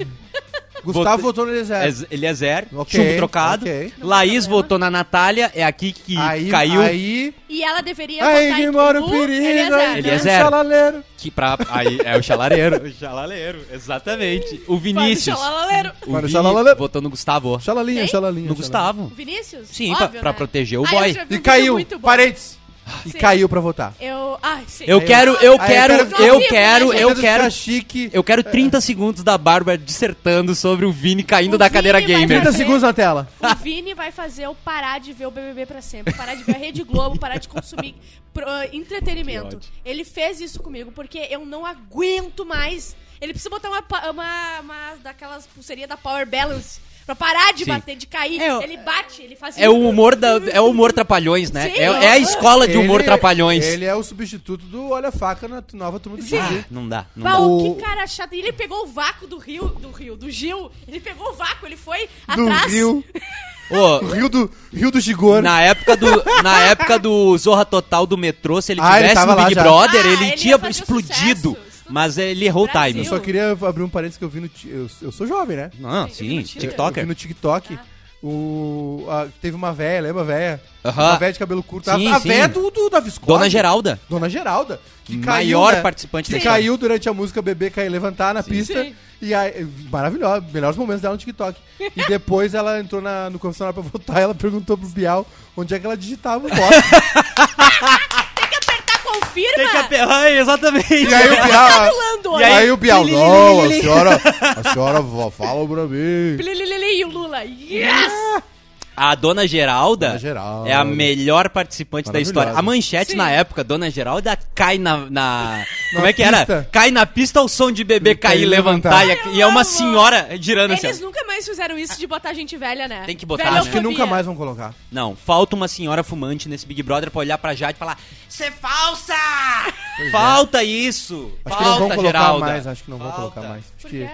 Gustavo
vota-
votou no Eliezer.
Ez- Eliezer,
É. Ok,
chumbo trocado.
ok.
Laís votou na Natália, é aqui que
Aí,
caiu.
aí,
E ela deveria
aí
botar
que
em
mora o
Tubu,
perigo.
Eliezer,
Ele
né?
é Eliezer. zero.
Chalaleiro.
Que pra, aí é o chalaleiro. o chalaleiro, exatamente. O Vinícius.
Fala, chalaleiro.
O
Mano,
Vi
chalala-
votou no Gustavo.
Chalalinha,
Quem?
chalalinha. chalalinha.
No Gustavo.
Vinícius? né?
Sim, pra- pra proteger o boy.
um
E caiu,
Parei.
parênteses. E
Sim.
caiu pra votar.
Eu... Ai, sim.
Eu quero, eu
Aí,
quero,
eu quero-
eu
Ao vivo,
quero,
né,
eu
Tenta
quero.
ficar chique.
Eu quero 30 segundos da Bárbara dissertando sobre o Vini caindo
O
da cadeira
Vini vai
gamer.
30
Merda.
segundos na tela.
O Vini vai fazer eu parar de ver o BBB pra sempre, parar de ver a Rede Globo, parar de consumir pro- ah, entretenimento. Ele fez isso comigo porque eu não aguento mais. Ele precisa botar uma, pa- uma, uma daquelas pulseirinhas da Power Balance pra parar de
Sim.
bater, de cair.
É o-
ele bate, ele faz
É o humor da, é o humor trapalhões, né?
Sim.
É, é a escola de humor
Ele-
trapalhões.
Ele é o substituto do Olha a Faca na nova turma do
Ah,
Gigi.
não dá, não dá.
Bah, o
O-
que cara chato. E ele pegou o vácuo do Rio, do Rio, do Gil. Ele pegou o vácuo, ele foi
Do
Ah, atrás.
Rio.
Ô,
Rio do, Rio do Gigor.
na época do na época do Zorra Total do metrô, se ele
Ah, ele
tivesse
tava
no
lá
Big
já.
Brother,
Ah,
ele,
ele ia
tinha
fazer
explodido,
sucesso.
mas ele errou o
Brasil.
time.
Eu só queria abrir um parênteses que eu vi no... ti- Eu, eu sou jovem, né?
Não, sim,
no
Eu
Tinder.
vi
TikToker.
no TikTok. O, a- teve uma véia, lembra a véia?
Aham.
Uma véia de cabelo curto. A-
Sim,
a
sim.
véia do, do- da Visconde.
Dona Geralda.
Dona Geralda. Que
Maior
caiu, né?
participante
Que
da história.
caiu durante a música Bebê Cair Levantar na pista.
Sim.
E aí, maravilhosa, melhores momentos dela no TikTok. E depois ela entrou na- no confessionário pra votar e ela perguntou pro Bial onde é que ela digitava o voto.
Tá, confirma!
Tem que Ai, exatamente.
E aí
Tá
o Bial.
Lando,
E
olha.
aí o Bial, não, a senhora, a senhora vo- fala pra mim.
Pilililili, E o Lula. Yes!
A Dona Geralda,
Dona Geralda.
é a melhor participante da
Maravilhosa.
história. A manchete
Sim.
na época, Dona Geralda cai na. na- como
Na
é que era?
pista.
Cai na pista ao som de bebê cair e levantar.
levantar.
E- E é uma
amo.
senhora girando assim.
Eles
ó.
nunca mais fizeram isso de botar gente velha, né?
Tem que botar,
Velhofobia.
né?
que nunca mais vão colocar.
Não, falta uma senhora fumante nesse Big Brother pra olhar pra Jade e falar: Você é falsa! falta isso!
é. Acho que
falta,
não vão colocar
Geralda.
mais, acho que não vão
Falta.
colocar mais. Acho
Por
que tá
quê?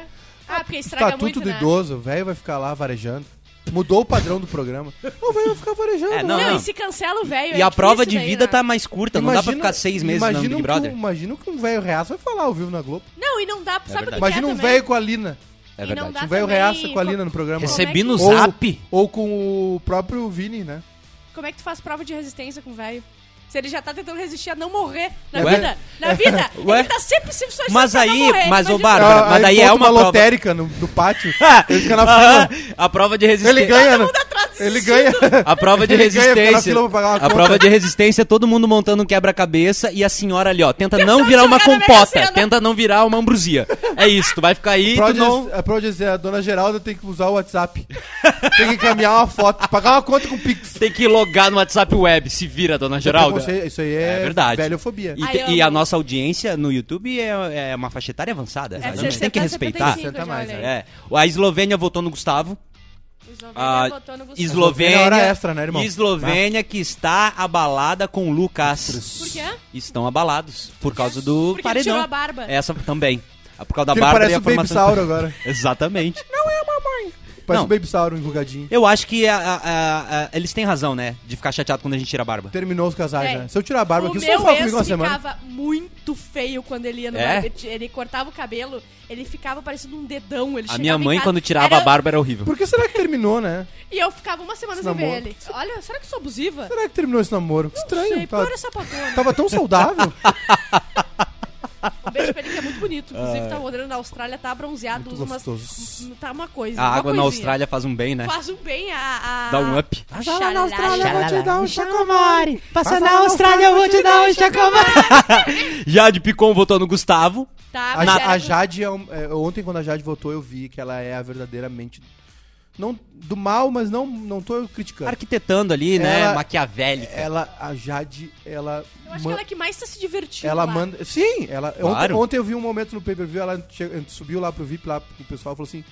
Ah, porque
o
estraga
estatuto
muito,
do
né?
idoso, o velho vai ficar lá varejando. Mudou o padrão do programa. Não, o velho vai ficar varejando.
É,
né?
Não,
Não, não.
e se cancela o velho.
E
é
a prova de
difícil daí,
vida
né?
tá mais curta, não dá pra ficar seis meses no
imagina
Big
que
Brother.
um- imagina que um velho reaço vai falar ao vivo na Globo.
Não, e não dá, sabe o que
verdade.
Imagina
é
um
também?
velho com a Lina.
É
E
verdade.
não dá
Um velho
também-
reaça com a Lina
co-
no programa.
Recebi no
Como
é que-
zap.
Ou com o próprio Vini, né?
Como é que tu faz prova de resistência com o velho? Se ele já tá tentando resistir a não morrer na
Ué?
vida.
É.
Na vida.
Ué?
Ele tá sempre se esforçando
Mas
pra não
aí-
morrer,
mas, ô,
imagina.
Bárbara, Cara, mas
Ah, Aí
daí
bota
é uma prova.
lotérica no, no pátio. Ele fica na
Ah,
fila.
a prova de
Ele
resistência.
ganha, né?
atrás
Ele ganha.
A prova de
Ele ganha, fica na
resistência.
fila pra pagar uma
A
conta.
prova de resistência, todo mundo montando um quebra-cabeça e a senhora ali, ó, tenta não virar uma
jogar na Mega
compota,
Sena.
tenta não virar uma ambrosia. É isso, tu vai ficar aí, tu
Prodigy-
não.
A Prodigy, a dona Geralda tem que usar o WhatsApp. tem que encaminhar uma foto, pagar uma conta com Pix.
Tem que logar no WhatsApp web, se vira, dona Geralda.
Preconceito- Isso aí é,
É verdade.
velhofobia.
E,
Ai,
te-
eu
e a
amo.
nossa audiência no YouTube é, é uma faixa etária avançada.
É
a gente
60,
tem que respeitar.
75
Senta
já,
mais, né?
olha aí.
É. A Eslovênia votou no Gustavo.
O
Ah,
Eslovênia botou no Gustavo.
Eslovênia.
Eslovênia é hora extra, né, irmão?
Eslovênia que está abalada com o Lucas.
Por quê?
Estão abalados por causa do
Porque ele
paredão.
tirou a barba.
Essa também. Ah, Por causa da
Ele
barba
parece
e a
o Baby
formação.
Sauro agora.
Exatamente.
Parece
Não.
o Baby Sauro enrugadinho.
Eu acho que a- a- a- a- eles têm razão, né? De ficar chateado quando a gente tira a barba.
Terminou os casais
É.
já. Se eu tirar a barba
o
aqui, o senhor
meu
fala
ex
comigo uma semana.
ficava muito feio quando ele ia no
É?
barbete. Ele cortava o cabelo, ele ficava parecendo um dedão. Ele
A
chegava
minha
em
mãe,
casa-
quando tirava a
era-
barba, era horrível.
Por que será que terminou, né?
E eu ficava uma semana
Esse
sem ver
namoro.
ele. Olha, será que eu sou abusiva?
Será que terminou esse namoro?
Não
Estranho.
sei,
Tava,
pura sapatona.
tava tão saudável.
Um beijo pra ele que é muito bonito. Inclusive, tá rodando na Austrália, tá bronzeado, usa umas.
gostoso.
um- Tá uma coisa.
A
uma
água
coisinha.
na Austrália faz um bem, né?
Faz um bem a. a-
Dá um up.
Xalá,
vou te dar um chacomore.
Passa na Austrália, eu vou te dar um chacomar.
Jade Picon votou no Gustavo.
Tá,
A,
mas
Ja-
era
a
com-
Jade, é um- é, ontem quando a Jade votou, eu vi que ela é a verdadeiramente. Não, do mal, mas não, não tô criticando.
Arquitetando ali, né?
Ela-
Maquiavélica.
Ela, a Jade, ela.
Eu acho
ma-
que ela é que mais tá se divertindo.
ela
lá.
manda. Sim, ela. Ontem,
Claro.
ontem eu vi um momento no pay-per-view, ela che- subiu lá pro VIP lá pro pessoal e falou assim: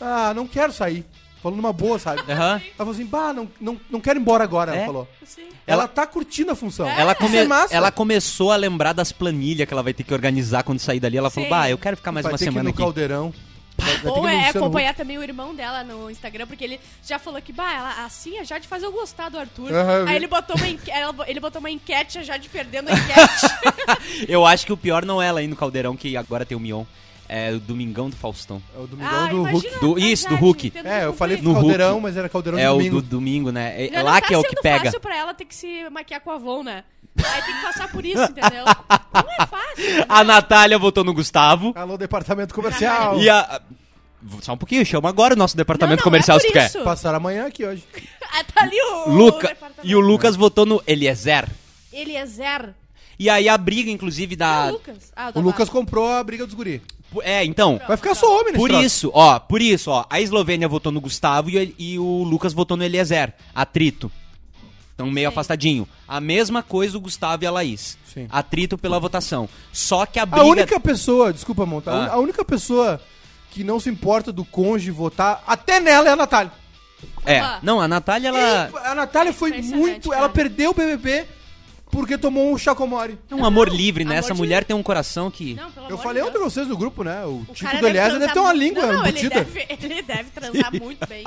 Ah, não quero sair. Falou numa boa, sabe? Ela
Aham.
falou assim: Bah, não, não, não quero ir embora agora,
É.
ela falou.
Assim.
Ela,
Ela-
tá curtindo a função.
Ela, come-
Isso é massa.
ela começou a lembrar das planilhas que ela vai ter que organizar quando sair dali. Ela falou,
Sim.
bah, eu quero ficar mais
Vai
uma
ter que ir
semana
no
aqui.
caldeirão. Vai- vai ter
Ou
que ir no
é
Luciano
acompanhar também o irmão dela no Instagram, porque ele já falou que, bah, ela, assim a Jade faz eu gostar do Arthur.
Aham, eu vi.
Aí ele botou, uma enque- ela bo- ele botou uma enquete, a Jade perdendo a enquete.
Eu acho que o pior não é ela ir no caldeirão, que agora tem o Mion. É o Domingão do Faustão.
Huck. É o Domingão
ah,
do Hulk.
imagina
Do-
a
isso, do
Jade
Hulk.
tendo que
É, eu
cumprir.
falei
No
caldeirão,
Hulk.
mas era caldeirão de
É o
domingo.
do domingo, né? É
Já
lá
não tá
que é o que
sendo
pega.
fácil pra ela ter que se maquiar com a Avon, né? Aí tem que passar por isso, entendeu? Não é fácil. né?
A Natália votou no Gustavo.
Alô, departamento comercial.
E a. Só um pouquinho, chama agora o nosso departamento
Não, não,
comercial
é
se tu
por
quer.
isso.
Passaram amanhã aqui hoje.
Ah, tá ali o.
Luca.
departamento.
E o Lucas votou no Eliezer.
Ele é zero.
E aí a briga, inclusive,
Ah,
da.
o Lucas. Ah, da
O Lucas
Bárbara.
comprou a briga dos guri.
É, então.
Tá
Vai ficar só homem nesse
Por
troço.
isso, ó, por isso, ó, a Eslovênia votou no Gustavo e, o- e o Lucas votou no Eliezer. Atrito. Então meio afastadinho. A mesma coisa o Gustavo e a Laís.
Sim.
Atrito pela votação. Só que a
A
briga.
única pessoa, desculpa, Monta, a un-
Ah.
a única pessoa que não se importa do cônjuge votar, até nela é a Natália.
É.
Opa.
Não, a Natália, ela.
A Natália foi
Impressionante,
muito. Ela
cara.
perdeu o BBB porque tomou um chacomore.
É um amor livre, né?
amor
Essa
de
mulher tem um coração que.
tá. Não, pelo
Eu
amor
falei
de
ontem pra
Deus.
vocês no grupo, né? O,
O
Tico
cara
do Eliezer deve ter uma
transar mu-
língua
não, não, ele,
embutida.
deve, ele deve transar muito bem.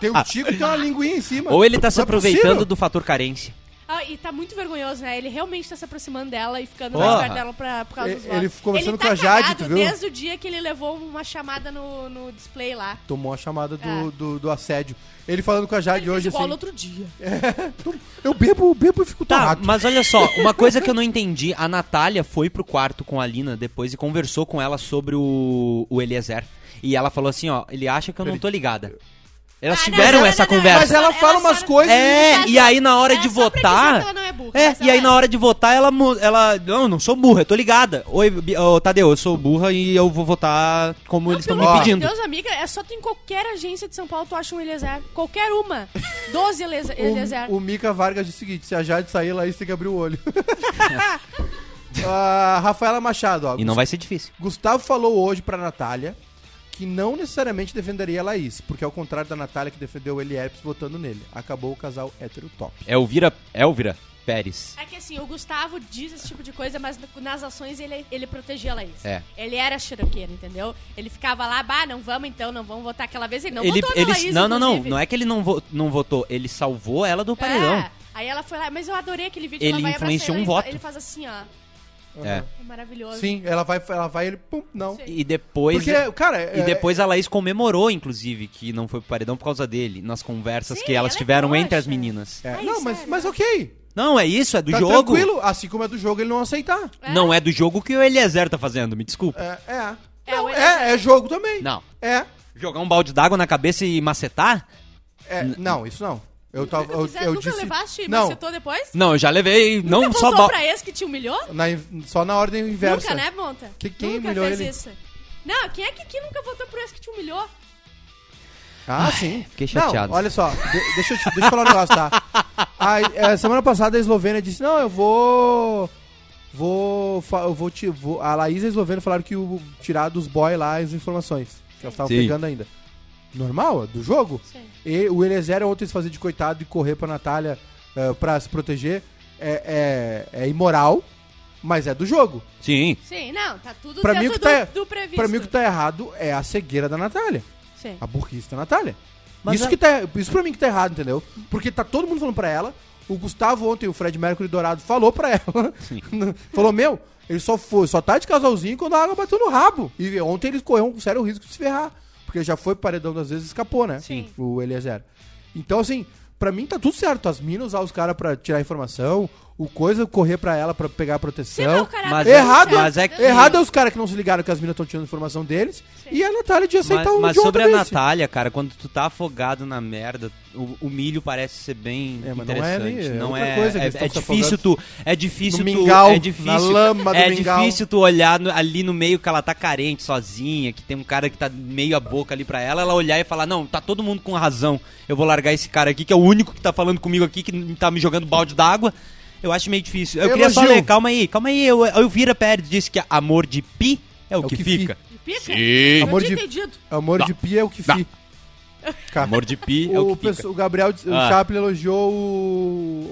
Tem o Tico e tem uma linguinha em cima.
Ou ele tá se
Não é
aproveitando
possível.
do fator carência.
Ah, e tá muito vergonhoso, né? Ele realmente tá se aproximando dela e ficando
Porra.
mais perto dela pra, por causa
Ele-
dos votos.
ele conversando
tá
com a Jade, tu
cagado
viu?
Desde o dia que ele levou uma chamada no, no display lá.
Tomou a chamada do,
Ah.
do, do assédio. Ele falando com a Jade hoje assim.
Igual Tipo, no outro dia.
Eu bebo, bebo e fico
Tá,
torrado.
mas olha só, uma coisa que eu não entendi, a Natália foi pro quarto com a Lina depois e conversou com ela sobre o, o Eliezer. E ela falou assim, ó, ele acha que eu não tô ligada. Elas
Ah, não,
tiveram
não, não,
essa
não, não,
conversa.
Mas ela fala umas
só-
coisas-
É, e aí na hora
Ela
de
só pra avisar
votar.
que ela não é burra,
É,
mas
e
ela
aí
é.
na hora de votar ela. mu- ela não, não sou burra, eu tô ligada. Oi, Bi- ô, Tadeu, eu sou burra e eu vou votar como eles estão
Pelo
me
amor de
pedindo.
Deus, amiga, é só tu em qualquer agência de São Paulo tu acha um Eliezer. Qualquer uma. Doze Eliezer. Eliezer.
O, o Mica Vargas disse o seguinte: se a Jade sair lá, isso tem que abrir o olho. Ah, Rafaela Machado, ó.
E não vai ser difícil.
Gustavo falou hoje pra Natália que não necessariamente defenderia a Laís, porque ao contrário da Natália que defendeu ele Herpes votando nele. Acabou o casal hétero top.
Elvira, Elvira é Pérez.
É que assim, o Gustavo diz esse tipo de coisa, mas nas ações ele, ele protegia a Laís.
É.
Ele era xeroqueiro, entendeu? Ele ficava lá, bah, não vamos então, não vamos votar aquela vez. Ele não
ele,
votou
ele,
Então na Laís,
não, não, não.
inclusive.
Não é que ele não, vo- não votou, ele salvou ela do paredão.
É. Aí ela foi lá, mas eu adorei aquele vídeo.
Ele
ela vai abraçar
influenciou
ele, ele
um
fa-
voto.
Ele faz assim, ó.
É.
É maravilhoso.
Sim, ela vai, ela vai, ele, pum, não.
Sim.
E depois.
Porque, cara, é-
E depois a Laís comemorou, inclusive, que não foi pro paredão por causa dele, nas conversas
Sim,
que elas
ela é
tiveram entre
trouxa.
as meninas.
é-
Ai,
não, mas,
sério?
mas ok.
Não, é isso, é do
tá
jogo.
tranquilo, assim como é do jogo ele não aceitar.
É.
Não é do jogo que o Eliezer tá fazendo, me desculpa.
É, é.
É,
Não,
o
é, é jogo também.
Não.
É,
Jogar um balde d'água na cabeça e macetar?
é, não, isso não. Eu tava, eu,
Fizer-
eu
nunca
disse,
levaste e
não,
macetou depois?
Não, eu já levei, não
nunca
só
voltou
balde.
pra esse que te humilhou?
na in- só na ordem inversa.
Nunca, né, Monta?
Que- quem
nunca
humilhou
fez
ele?
isso. Não, quem é que, que nunca votou pro esse que te humilhou?
Ah, sim.
fiquei chateado.
Não, olha só, de- deixa, eu te- deixa eu falar um negócio, tá? A, é, semana passada a Eslovênia disse, não, eu vou... Vou... fa- Eu vou, te, vou- a Laís e a Eslovênia falaram que o, tirar dos boy lá as informações. Que elas estavam
Sim.
pegando ainda. Normal, é do jogo.
Sim.
E o Eliezer ontem se fazer de coitado e correr pra Natália eh, pra se proteger é, é- é imoral, mas é do jogo.
Sim.
Sim, não, tá tudo
Pra
dentro
mim o que
do,
tá-
do previsto.
Pra mim o que tá errado é a cegueira da Natália.
Sim.
A burrice da Natália.
Mas
isso,
a-
que tá, isso pra mim que tá errado, entendeu? Porque tá todo mundo falando pra ela. O Gustavo ontem, o Fred Mercury Dourado, falou pra ela. falou, meu, ele só foi, só tá de casalzinho quando a água bateu no rabo. E ontem ele correu um sério risco de se ferrar. Porque ele já foi pro paredão das vezes e escapou, né?
Sim.
O Eliezer. Então, assim, pra mim tá tudo certo. As minas usar os caras pra tirar informação, o coisa correr pra ela pra pegar
Sim, mas
proteção.
o cara
Mas
deu
Então, errado,
certo,
mas é
deu
que-
certo.
Errado é os caras que não se ligaram que as minas estão tirando informação deles. E a Natália de aceitar
Mas,
um
mas
idiota
sobre a
desse.
Natália, cara, quando tu tá afogado na merda, o, o milho parece ser bem
É, mas não é ali,
interessante.
é
Não
outra
é,
coisa que
é,
eles tão
é
se
difícil tu, é difícil
No
tu,
mingau,
é difícil,
na lama do
é
mingau.
difícil tu olhar no- ali no meio que ela tá carente, sozinha, que tem um cara que tá meio a boca ali pra ela, ela olhar e falar: "Não, tá todo mundo com razão. Eu vou largar esse cara aqui que é o único que tá falando comigo aqui que tá me jogando balde d'água." Eu acho meio difícil. Eu queria só
Elogio.
ler, calma aí, calma aí. Eu, eu Vira Pérez disse que amor de pi é o, que, fica.
De Pica?
E
Amor
Não
de,
tinha entendido.
amor de pia é o que
Dá.
fi. Cara,
Amor de pi é
o,
o que fica.
pessoa- o Gabriel, diz- o
Ah.
Chaplin elogiou o,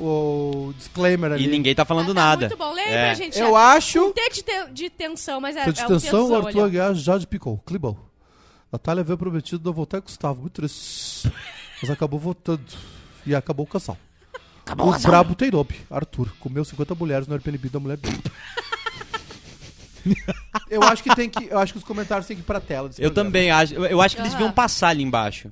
o disclaimer ali.
E ninguém tá falando
Ah, tá,
nada.
Muito bom, lembra,
É.
gente?
Eu
é,
acho.
T de, te- de tensão, mas é,
Tô
é
de
um
tensão, o
tensão ali, ó.
Arthur Aguiar já de picou. Clibão. Natália havia prometido não votar em Gustavo. Muito triste. Mas acabou votando. E acabou o casal. Acabou o brabo tem nome. Arthur. Comeu 50 mulheres no RPLB da mulher bi. eu acho que tem que. Eu acho que os comentários têm que ir pra tela. desse
Eu
programa.
também acho. Eu, eu acho que eles
Aham.
deviam passar ali embaixo.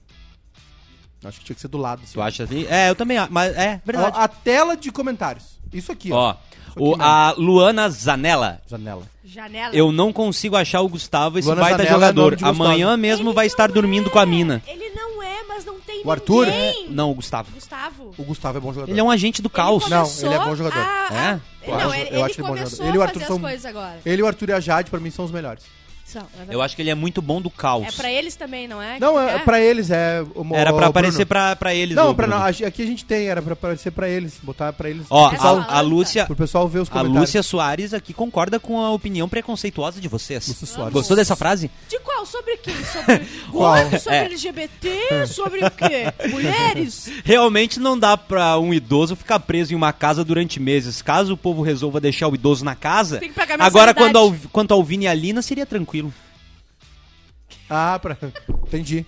Acho que tinha que ser do lado. assim.
Tu acha assim? É, eu também acho. Mas é verdade.
Ó, a tela de comentários. Isso aqui, ó.
Ó, o-
mesmo.
a Luana Zanella.
Janela.
Janela.
Eu não consigo achar o Gustavo, esse
Luana
baita
Zanella é nome
jogador.
de gostosa.
Amanhã mesmo
Ele
vai
não
estar dormindo com a mina.
É,
É.
Ele não é, mas não tem
O Arthur?
ninguém.
Não, o Gustavo.
Gustavo.
É, O Gustavo é bom jogador.
Ele é um agente do caos.
Não, ele é bom jogador.
É?
Ah,
Eu
Não,
acho-
ele,
eu
ele
acho ele bom
começou
jogador. Ele e o
a
Arthur
fazer
são-
as coisas agora.
Ele, o Arthur e a Jade, pra mim, são os melhores.
São, é verdade.
Eu acho que ele é muito bom do caos.
É pra eles também, não é?
Não,
Que
é,
quer?
pra eles é... o Mo-
Era pra
o Bruno.
aparecer pra, pra eles.
Não,
o
pra
Bruno.
não, a- aqui a gente tem, era pra aparecer pra eles. Botar pra eles...
Ó,
pro
Essa
pessoal,
fala-
a, a Lúcia.
pro pessoal ver os
A
comentários.
Lúcia Soares aqui concorda com a opinião preconceituosa de vocês.
Lúcia Soares.
Gostou dessa frase?
De qual? Sobre quem? Sobre
Qual?
gordo? Sobre
É.
LGBT? Sobre o quê? Mulheres?
Realmente não dá pra um idoso ficar preso em uma casa durante meses. Caso o povo resolva deixar o idoso na casa,
Tem que pagar
agora
mensalidade.
quando ao, quanto ao Vini e a Lina seria tranquilo.
Ah, pra... Entendi.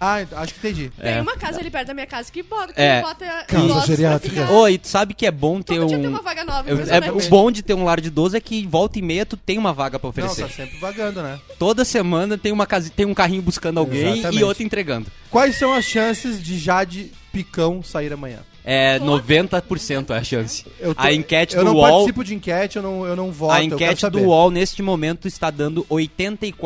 Ah, ent- acho que entendi.
Tem uma casa ali perto da minha casa que bota, que
É.
bota
Casa
idosos pra
geriátrica.
ficar-
Oi, tu sabe que é bom ter
Todo dia tem
um
uma vaga nova,
Eu- é, o
impressionante.
bom de ter um lar de idoso é que volta e meia tu tem uma vaga pra
Não,
oferecer.
tá sempre vagando, né?
Toda semana tem uma casa, tem um carrinho buscando alguém
Exatamente.
e outro entregando.
Quais são as chances de Jade Picão sair amanhã?
é 90% é a chance.
Eu tô-
a enquete
eu
do
não
UOL,
participo de enquete, eu não, eu não voto.
a
eu quero
enquete do
saber.
UOL neste momento está dando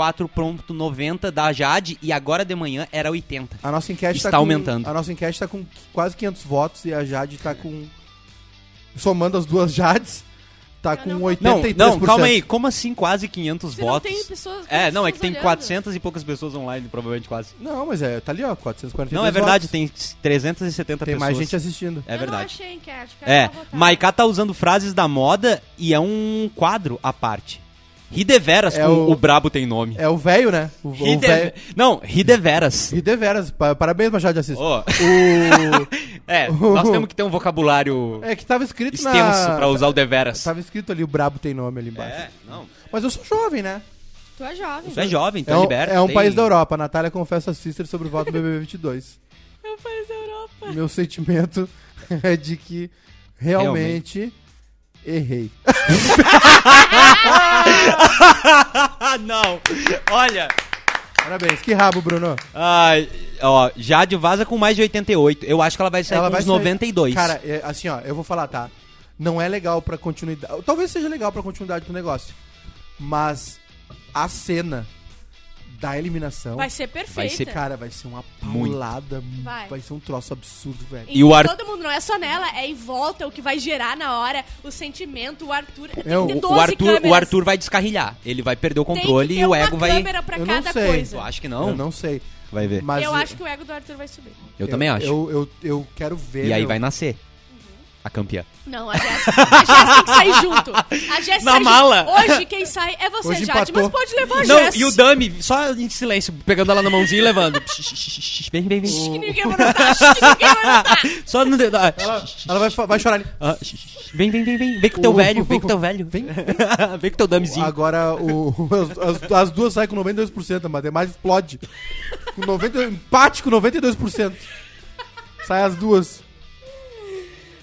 84.90 da Jade e agora de manhã era 80.
A nossa enquete
Está
tá com-
aumentando.
A nossa enquete tá com quase 500 votos e a Jade tá com. Somando as duas Jades, tá com
não-
83%.
Não, não, calma aí, como assim quase 500
Se não
votos?
tem pessoas.
É, não,
pessoas
é que tem
olhando.
400 e poucas pessoas online, provavelmente quase.
Não, mas é, tá ali, ó, 443.
Não, é verdade,
votos.
tem 370
Tem
pessoas.
mais gente assim. assistindo.
É
Eu não
verdade.
achei enquete, quero
É,
só votar.
Maiká tá usando frases da moda e é um quadro à parte. Rideveras,
É
com o...
o-
brabo tem nome.
É o velho, né? O, o
Ride-
velho.
Não, Rideveras.
E deveras, pa- parabéns, Machado de Assis.
Ó,
O...
é, nós temos que ter um vocabulário
É que tava escrito
extenso
na...
pra usar o deveras.
Tava escrito ali, o brabo tem nome ali embaixo.
É, não.
Mas eu sou jovem, né?
Tu é jovem.
Tu é jovem, tu
é
é
um,
liberto.
é um
tem-
país da Europa. A Natália confessa a sister sobre o voto do BBB 22.
É um país da Europa.
Meu sentimento é de que realmente, errei.
Ah, não! Olha!
Parabéns. Que rabo, Bruno.
Ai, ó, Jade vaza com mais de 88. Eu acho que ela vai sair com uns
sair-
92.
Cara, é, assim, ó, eu vou falar, tá? Não é legal pra continuidade. Talvez seja legal pra continuidade do negócio. Mas a cena da eliminação.
Vai ser perfeita.
Vai ser
Cara, vai ser uma
Muito.
paulada. Vai.
Vai.
ser um troço absurdo, velho.
Em
E o Ar-
todo mundo, não é só nela, é em volta o que vai gerar na hora, o sentimento, o Arthur. Tem
É, o-
que ter 12
O Arthur,
câmeras.
o Arthur vai descarrilhar. Ele vai perder o
Tem que
controle
ter
e o
uma
ego vai.
câmera pra
Eu não
cada
sei.
coisa.
Eu
Eu acho,
acho que não.
Eu não sei.
Vai ver.
Mas
que o ego do Arthur vai subir.
Eu, também acho.
Eu, eu, eu quero ver.
E aí
meu.
vai nascer. A campeã.
Não, a Jéssica a Jéssica tem que sair junto. A Jéssica
Na
sai junto.
mala.
Hoje quem sai é você,
Hoje
Jade,
empatou.
mas pode levar a
Não, e o
Jéssica.
Dami, só em silêncio, pegando ela na mãozinha e levando. Vem, vem,
Que
vem.
ninguém vai notar, acho que ninguém vai notar.
Só no dedo. ah,
Ela, ela vai, fa- vai chorar ali.
ah, Vem, vem, vem, vem. Vem com teu
Uh.
velho, vem com teu velho.
Vem.
Vem com teu Damizinho.
Agora o, as, as- as duas saem com 92%, a matemática é explode. Com 90, empate com 92%. Sai as duas.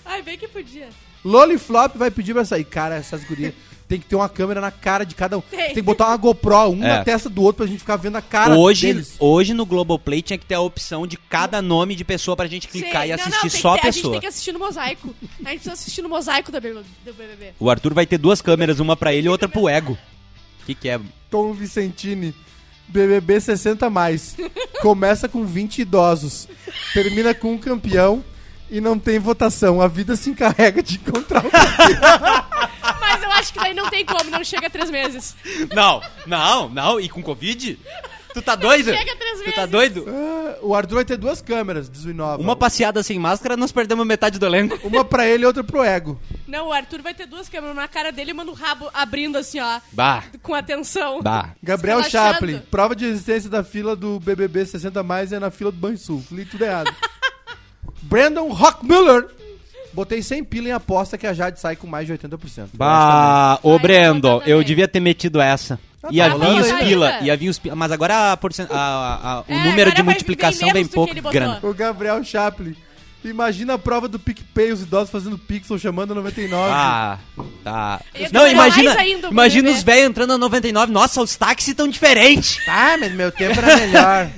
Ai, bem que podia.
Loliflop vai pedir pra sair. Cara, essas gurias tem que ter uma câmera na cara de cada um. Tem,
Tem.
que botar uma GoPro, um
É.
na testa do outro pra gente ficar vendo a cara
Hoje,
deles.
hoje no Globoplay tinha que ter a opção de cada nome de pessoa pra gente clicar
Sim,
e
não, não,
assistir
tem que
só a
ter- A gente
pessoa.
tem que assistir no mosaico. A gente precisa assistir no mosaico do BBB. do BBB.
O Arthur vai ter duas câmeras, uma pra ele e outra pro ego. O que, que é?
Tom Vicentini, BBB 60 mais. Começa com 20 idosos, termina com um campeão e não tem votação. A vida se encarrega de encontrar o
Mas eu acho que daí não tem como, não chega a três meses.
Não, não, não. E com Covid? Tu tá doido?
Chega três
Tu tá
meses.
doido?
Ah, o Arthur vai ter duas câmeras, diz o Inova.
Uma passeada sem máscara, nós perdemos metade do elenco.
Uma pra ele e outra pro ego.
Não, o Arthur vai ter duas câmeras na cara dele e manda o rabo abrindo assim, ó,
Bah,
com atenção.
bah.
Gabriel
Relaxado.
Chaplin, prova de existência da fila do BBB 60 mais é na fila do Banho Sul. Li tudo errado. Brandon Rockmiller. Botei 100 pila em aposta que a Jade sai com mais de 80%.
Bah, ô
Vai,
Brendo,
vou botar
eu
também.
devia ter metido essa.
Ah,
Ia
tá
vir
rolando
os
ainda.
pila, ia vir os pila. Mas agora a porcen- a- a- o
É,
número
agora
de
vai-
multiplicação
vem
vem
menos do que
pouco
ele botou.
grande.
é. O Gabriel Chaplin. Imagina a prova do PicPay, os idosos fazendo pixel, chamando a 99.
Ah, tá.
Ia
Não,
demorar
imagina,
mais ainda o né?
imagina
BBB.
os velhos entrando na 99. Nossa, os táxis tão diferentes.
Ah, mas no meu tempo era melhor.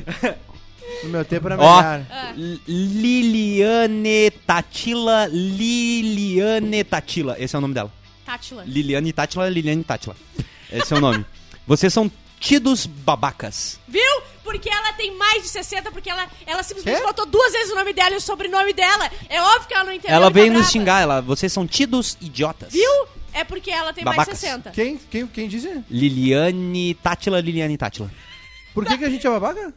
No meu tempo era
Ó,
melhor.
Ah.
L- Liliane Tatila, Liliane Tatila, esse é o nome dela.
Tátila.
Liliane Tatila, Liliane Tatila. Esse é o nome. Vocês são tidos babacas.
Viu? Porque ela tem mais de 60, porque ela, ela simplesmente
É?
Quê?
botou duas vezes o nome dela e o sobrenome dela. É óbvio que ela não entendeu.
ela
ele tá
veio nos
brava.
xingar, ela, vocês são tidos idiotas.
Viu? É porque ela tem mais de
Babacas.
60.
Quem, quem, quem disse?
Liliane Tatila, Liliane Tatila.
Por que, que a gente é babaca?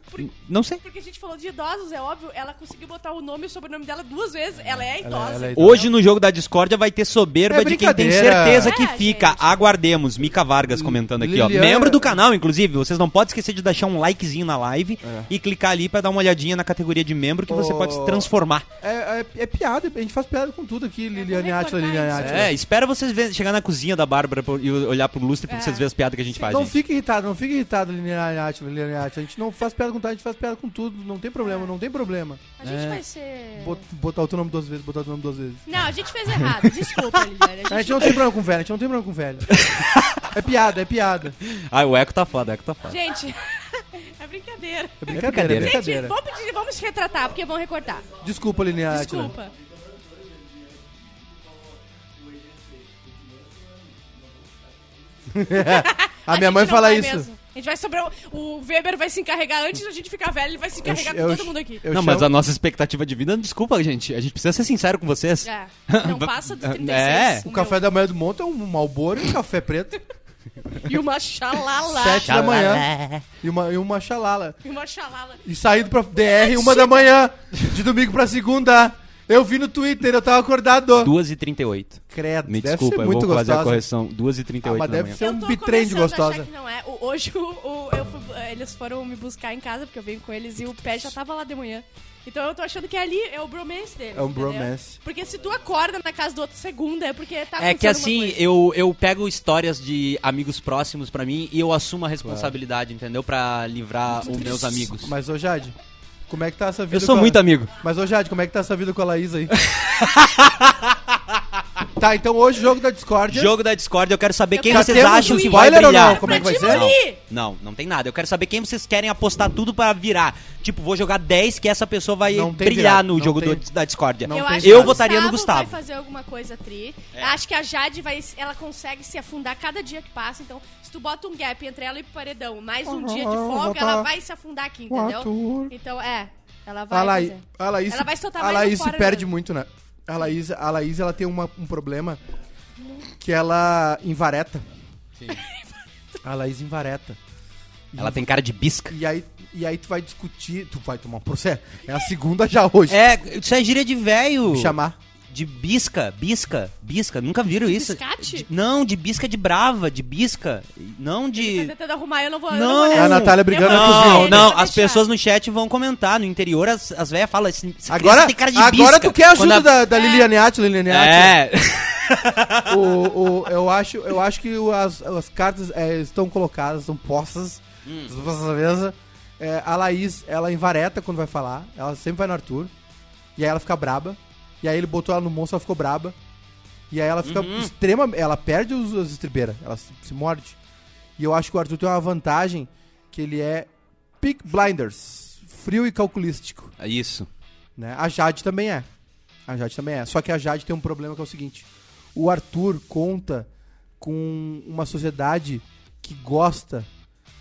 Não sei.
Porque a gente falou de idosos, é óbvio. Ela conseguiu botar o nome e o sobrenome dela duas vezes. Ela é idosa.
ela é-
Hoje no jogo da discórdia vai ter soberba
É
de quem tem
brincadeira.
certeza que
É,
fica.
gente.
Aguardemos. Mica Vargas comentando aqui, ó.
Liliana-
Membro do canal, inclusive. Vocês não podem esquecer de deixar um likezinho na live
É.
e clicar ali pra dar uma olhadinha na categoria de membro que você
Ô.
pode se transformar.
É, é- é piada, a gente faz piada com tudo aqui, Liliane
vou
Atila,
recordar
Liliane
isso.
Atila.
É, espera vocês ver- chegar na cozinha da Bárbara por- e olhar pro
É.
lustre pra vocês verem as piadas que a gente faz.
Não
gente.
fique irritado, não fique irritado, Liliane Atila, Liliane Atila. A gente não faz piada com tudo, a gente faz piada com tudo, não tem problema, não tem problema.
A gente vai ser.
Bot- botar o teu nome duas vezes, botar o teu nome duas vezes.
Não, a gente fez errado. Desculpa, Liliane.
A gente não tem problema com velho, a gente não tem problema com velho. É piada, é piada.
Ah, o eco tá foda, o eco tá foda.
Gente, é brincadeira.
É brincadeira, Ah, é
brincadeira.
Gente,
brincadeira.
vamos, pedir, vamos se retratar, porque vão recortar.
Desculpa, Liliane Atila.
Desculpa.
A minha
gente
mãe
não
fala
vai
isso.
mesmo. A gente vai sobrar. O, o Weber vai se encarregar antes da gente ficar velho, ele vai se
Eu-
encarregar
eu-
com todo mundo aqui.
eu
não, mas
chamo-
a nossa expectativa de vida, é um desculpa, gente. A gente precisa ser sincero com vocês.
É, não passa dos 36.
É,
o
O café da manhã do monte é um malboro e um café preto.
meu. E uma xalala.
Sete da manhã. E uma, e uma xalala.
E uma xalala.
E saindo pra DR, uma da manhã. De domingo pra segunda. Eu vi no Twitter, eu tava acordado.
2h38.
Credo,
Me
deve
desculpa,
ser
eu
muito
vou fazer a
gostosa.
correção. 2h38
Ah, mas
da
deve
manhã.
ser- Tem um
eu tô
bitrem de
começando a achar
gostosa.
que não é. O- hoje o, o- eu fui- eles foram me buscar em casa, porque eu venho com eles, e o pé já tava lá de manhã. Então eu tô achando que ali é o bromance dele.
É um bromance.
Porque se tu acorda na casa do outro segunda, é porque tá
É que
acontecendo uma
assim,
coisa.
eu, eu pego histórias de amigos próximos pra mim e eu assumo a responsabilidade, entendeu? Pra livrar os meus amigos.
Mas, ô Jade, como é que tá essa vida
Eu sou
com a-
muito amigo.
Mas, ô Jade, como é que tá essa vida com a Laís aí? tá, então hoje jogo da Discord.
Jogo da Discord, eu quero saber quem
Já
vocês
temos
acham
um
que vai
spoiler ou
brilhar.
não? Como é que vai
Pra
ser?
Ih!
Não, não tem nada. Eu quero saber quem vocês querem apostar tudo pra virar. Tipo, vou jogar 10 que essa pessoa vai
Não tem
brilhar
virada,
no
não
jogo
tem-
do- da discórdia.
não
eu
tem
acho
eu
que o
votaria no Gustavo.
vai fazer alguma coisa tri. Acho que a Jade vai, ela consegue se afundar cada dia que passa. Então, se tu bota um gap entre ela e o paredão, mais um dia de
eu vou
folga,
botar um
ela vai se afundar aqui,
o
entendeu?
Arthur.
Então, é. Ela vai.
A Laís,
fazer. Tá
a Laís,
Ela vai soltar
a
mais um
Laís se
fora
perde
mesmo.
muito, né? A Laís, a Laís ela tem uma- um problema que ela invareta. A Laís invareta.
Ela tem cara de bisca.
E aí, e aí tu vai discutir, tu vai tomar um processo. É a segunda já hoje.
É, isso é gíria de velho.
Me Chamar.
De bisca, bisca, bisca. Nunca viram isso?
biscate?
De- não, de bisca de brava, de bisca. Não
Tá
de.
tentando arrumar, eu não vou. eu
Não.
vou nessa.
É A Natália brigando
Eu vou
na
deixar
cozinha.
Não,
ele, tá
não,
vou
as
deixar.
pessoas no chat vão comentar. No interior, as, as velhas falam. "Esse- esse criança
Agora,
tem cara de
agora
bisca."
tu quer a ajuda
Quando
da, da Liliane Átila, Liliane Átila.
É.
O, o, eu, acho, eu acho que o- as, as cartas é, estão colocadas, estão postas. estão postas na mesa. É, a Laís, ela invareta quando vai falar. Ela sempre vai no Arthur. E aí ela fica braba. E aí ele botou ela no monstro, ela ficou braba. E aí ela fica extrema. Ela perde os, as estribeiras. Ela se, se morde. E eu acho que o Arthur tem uma vantagem que ele é pick blinders. Frio e calculístico.
Isso.
né? A Jade também é. A Jade também é. Só que a Jade tem um problema que é o seguinte: o Arthur conta com uma sociedade que gosta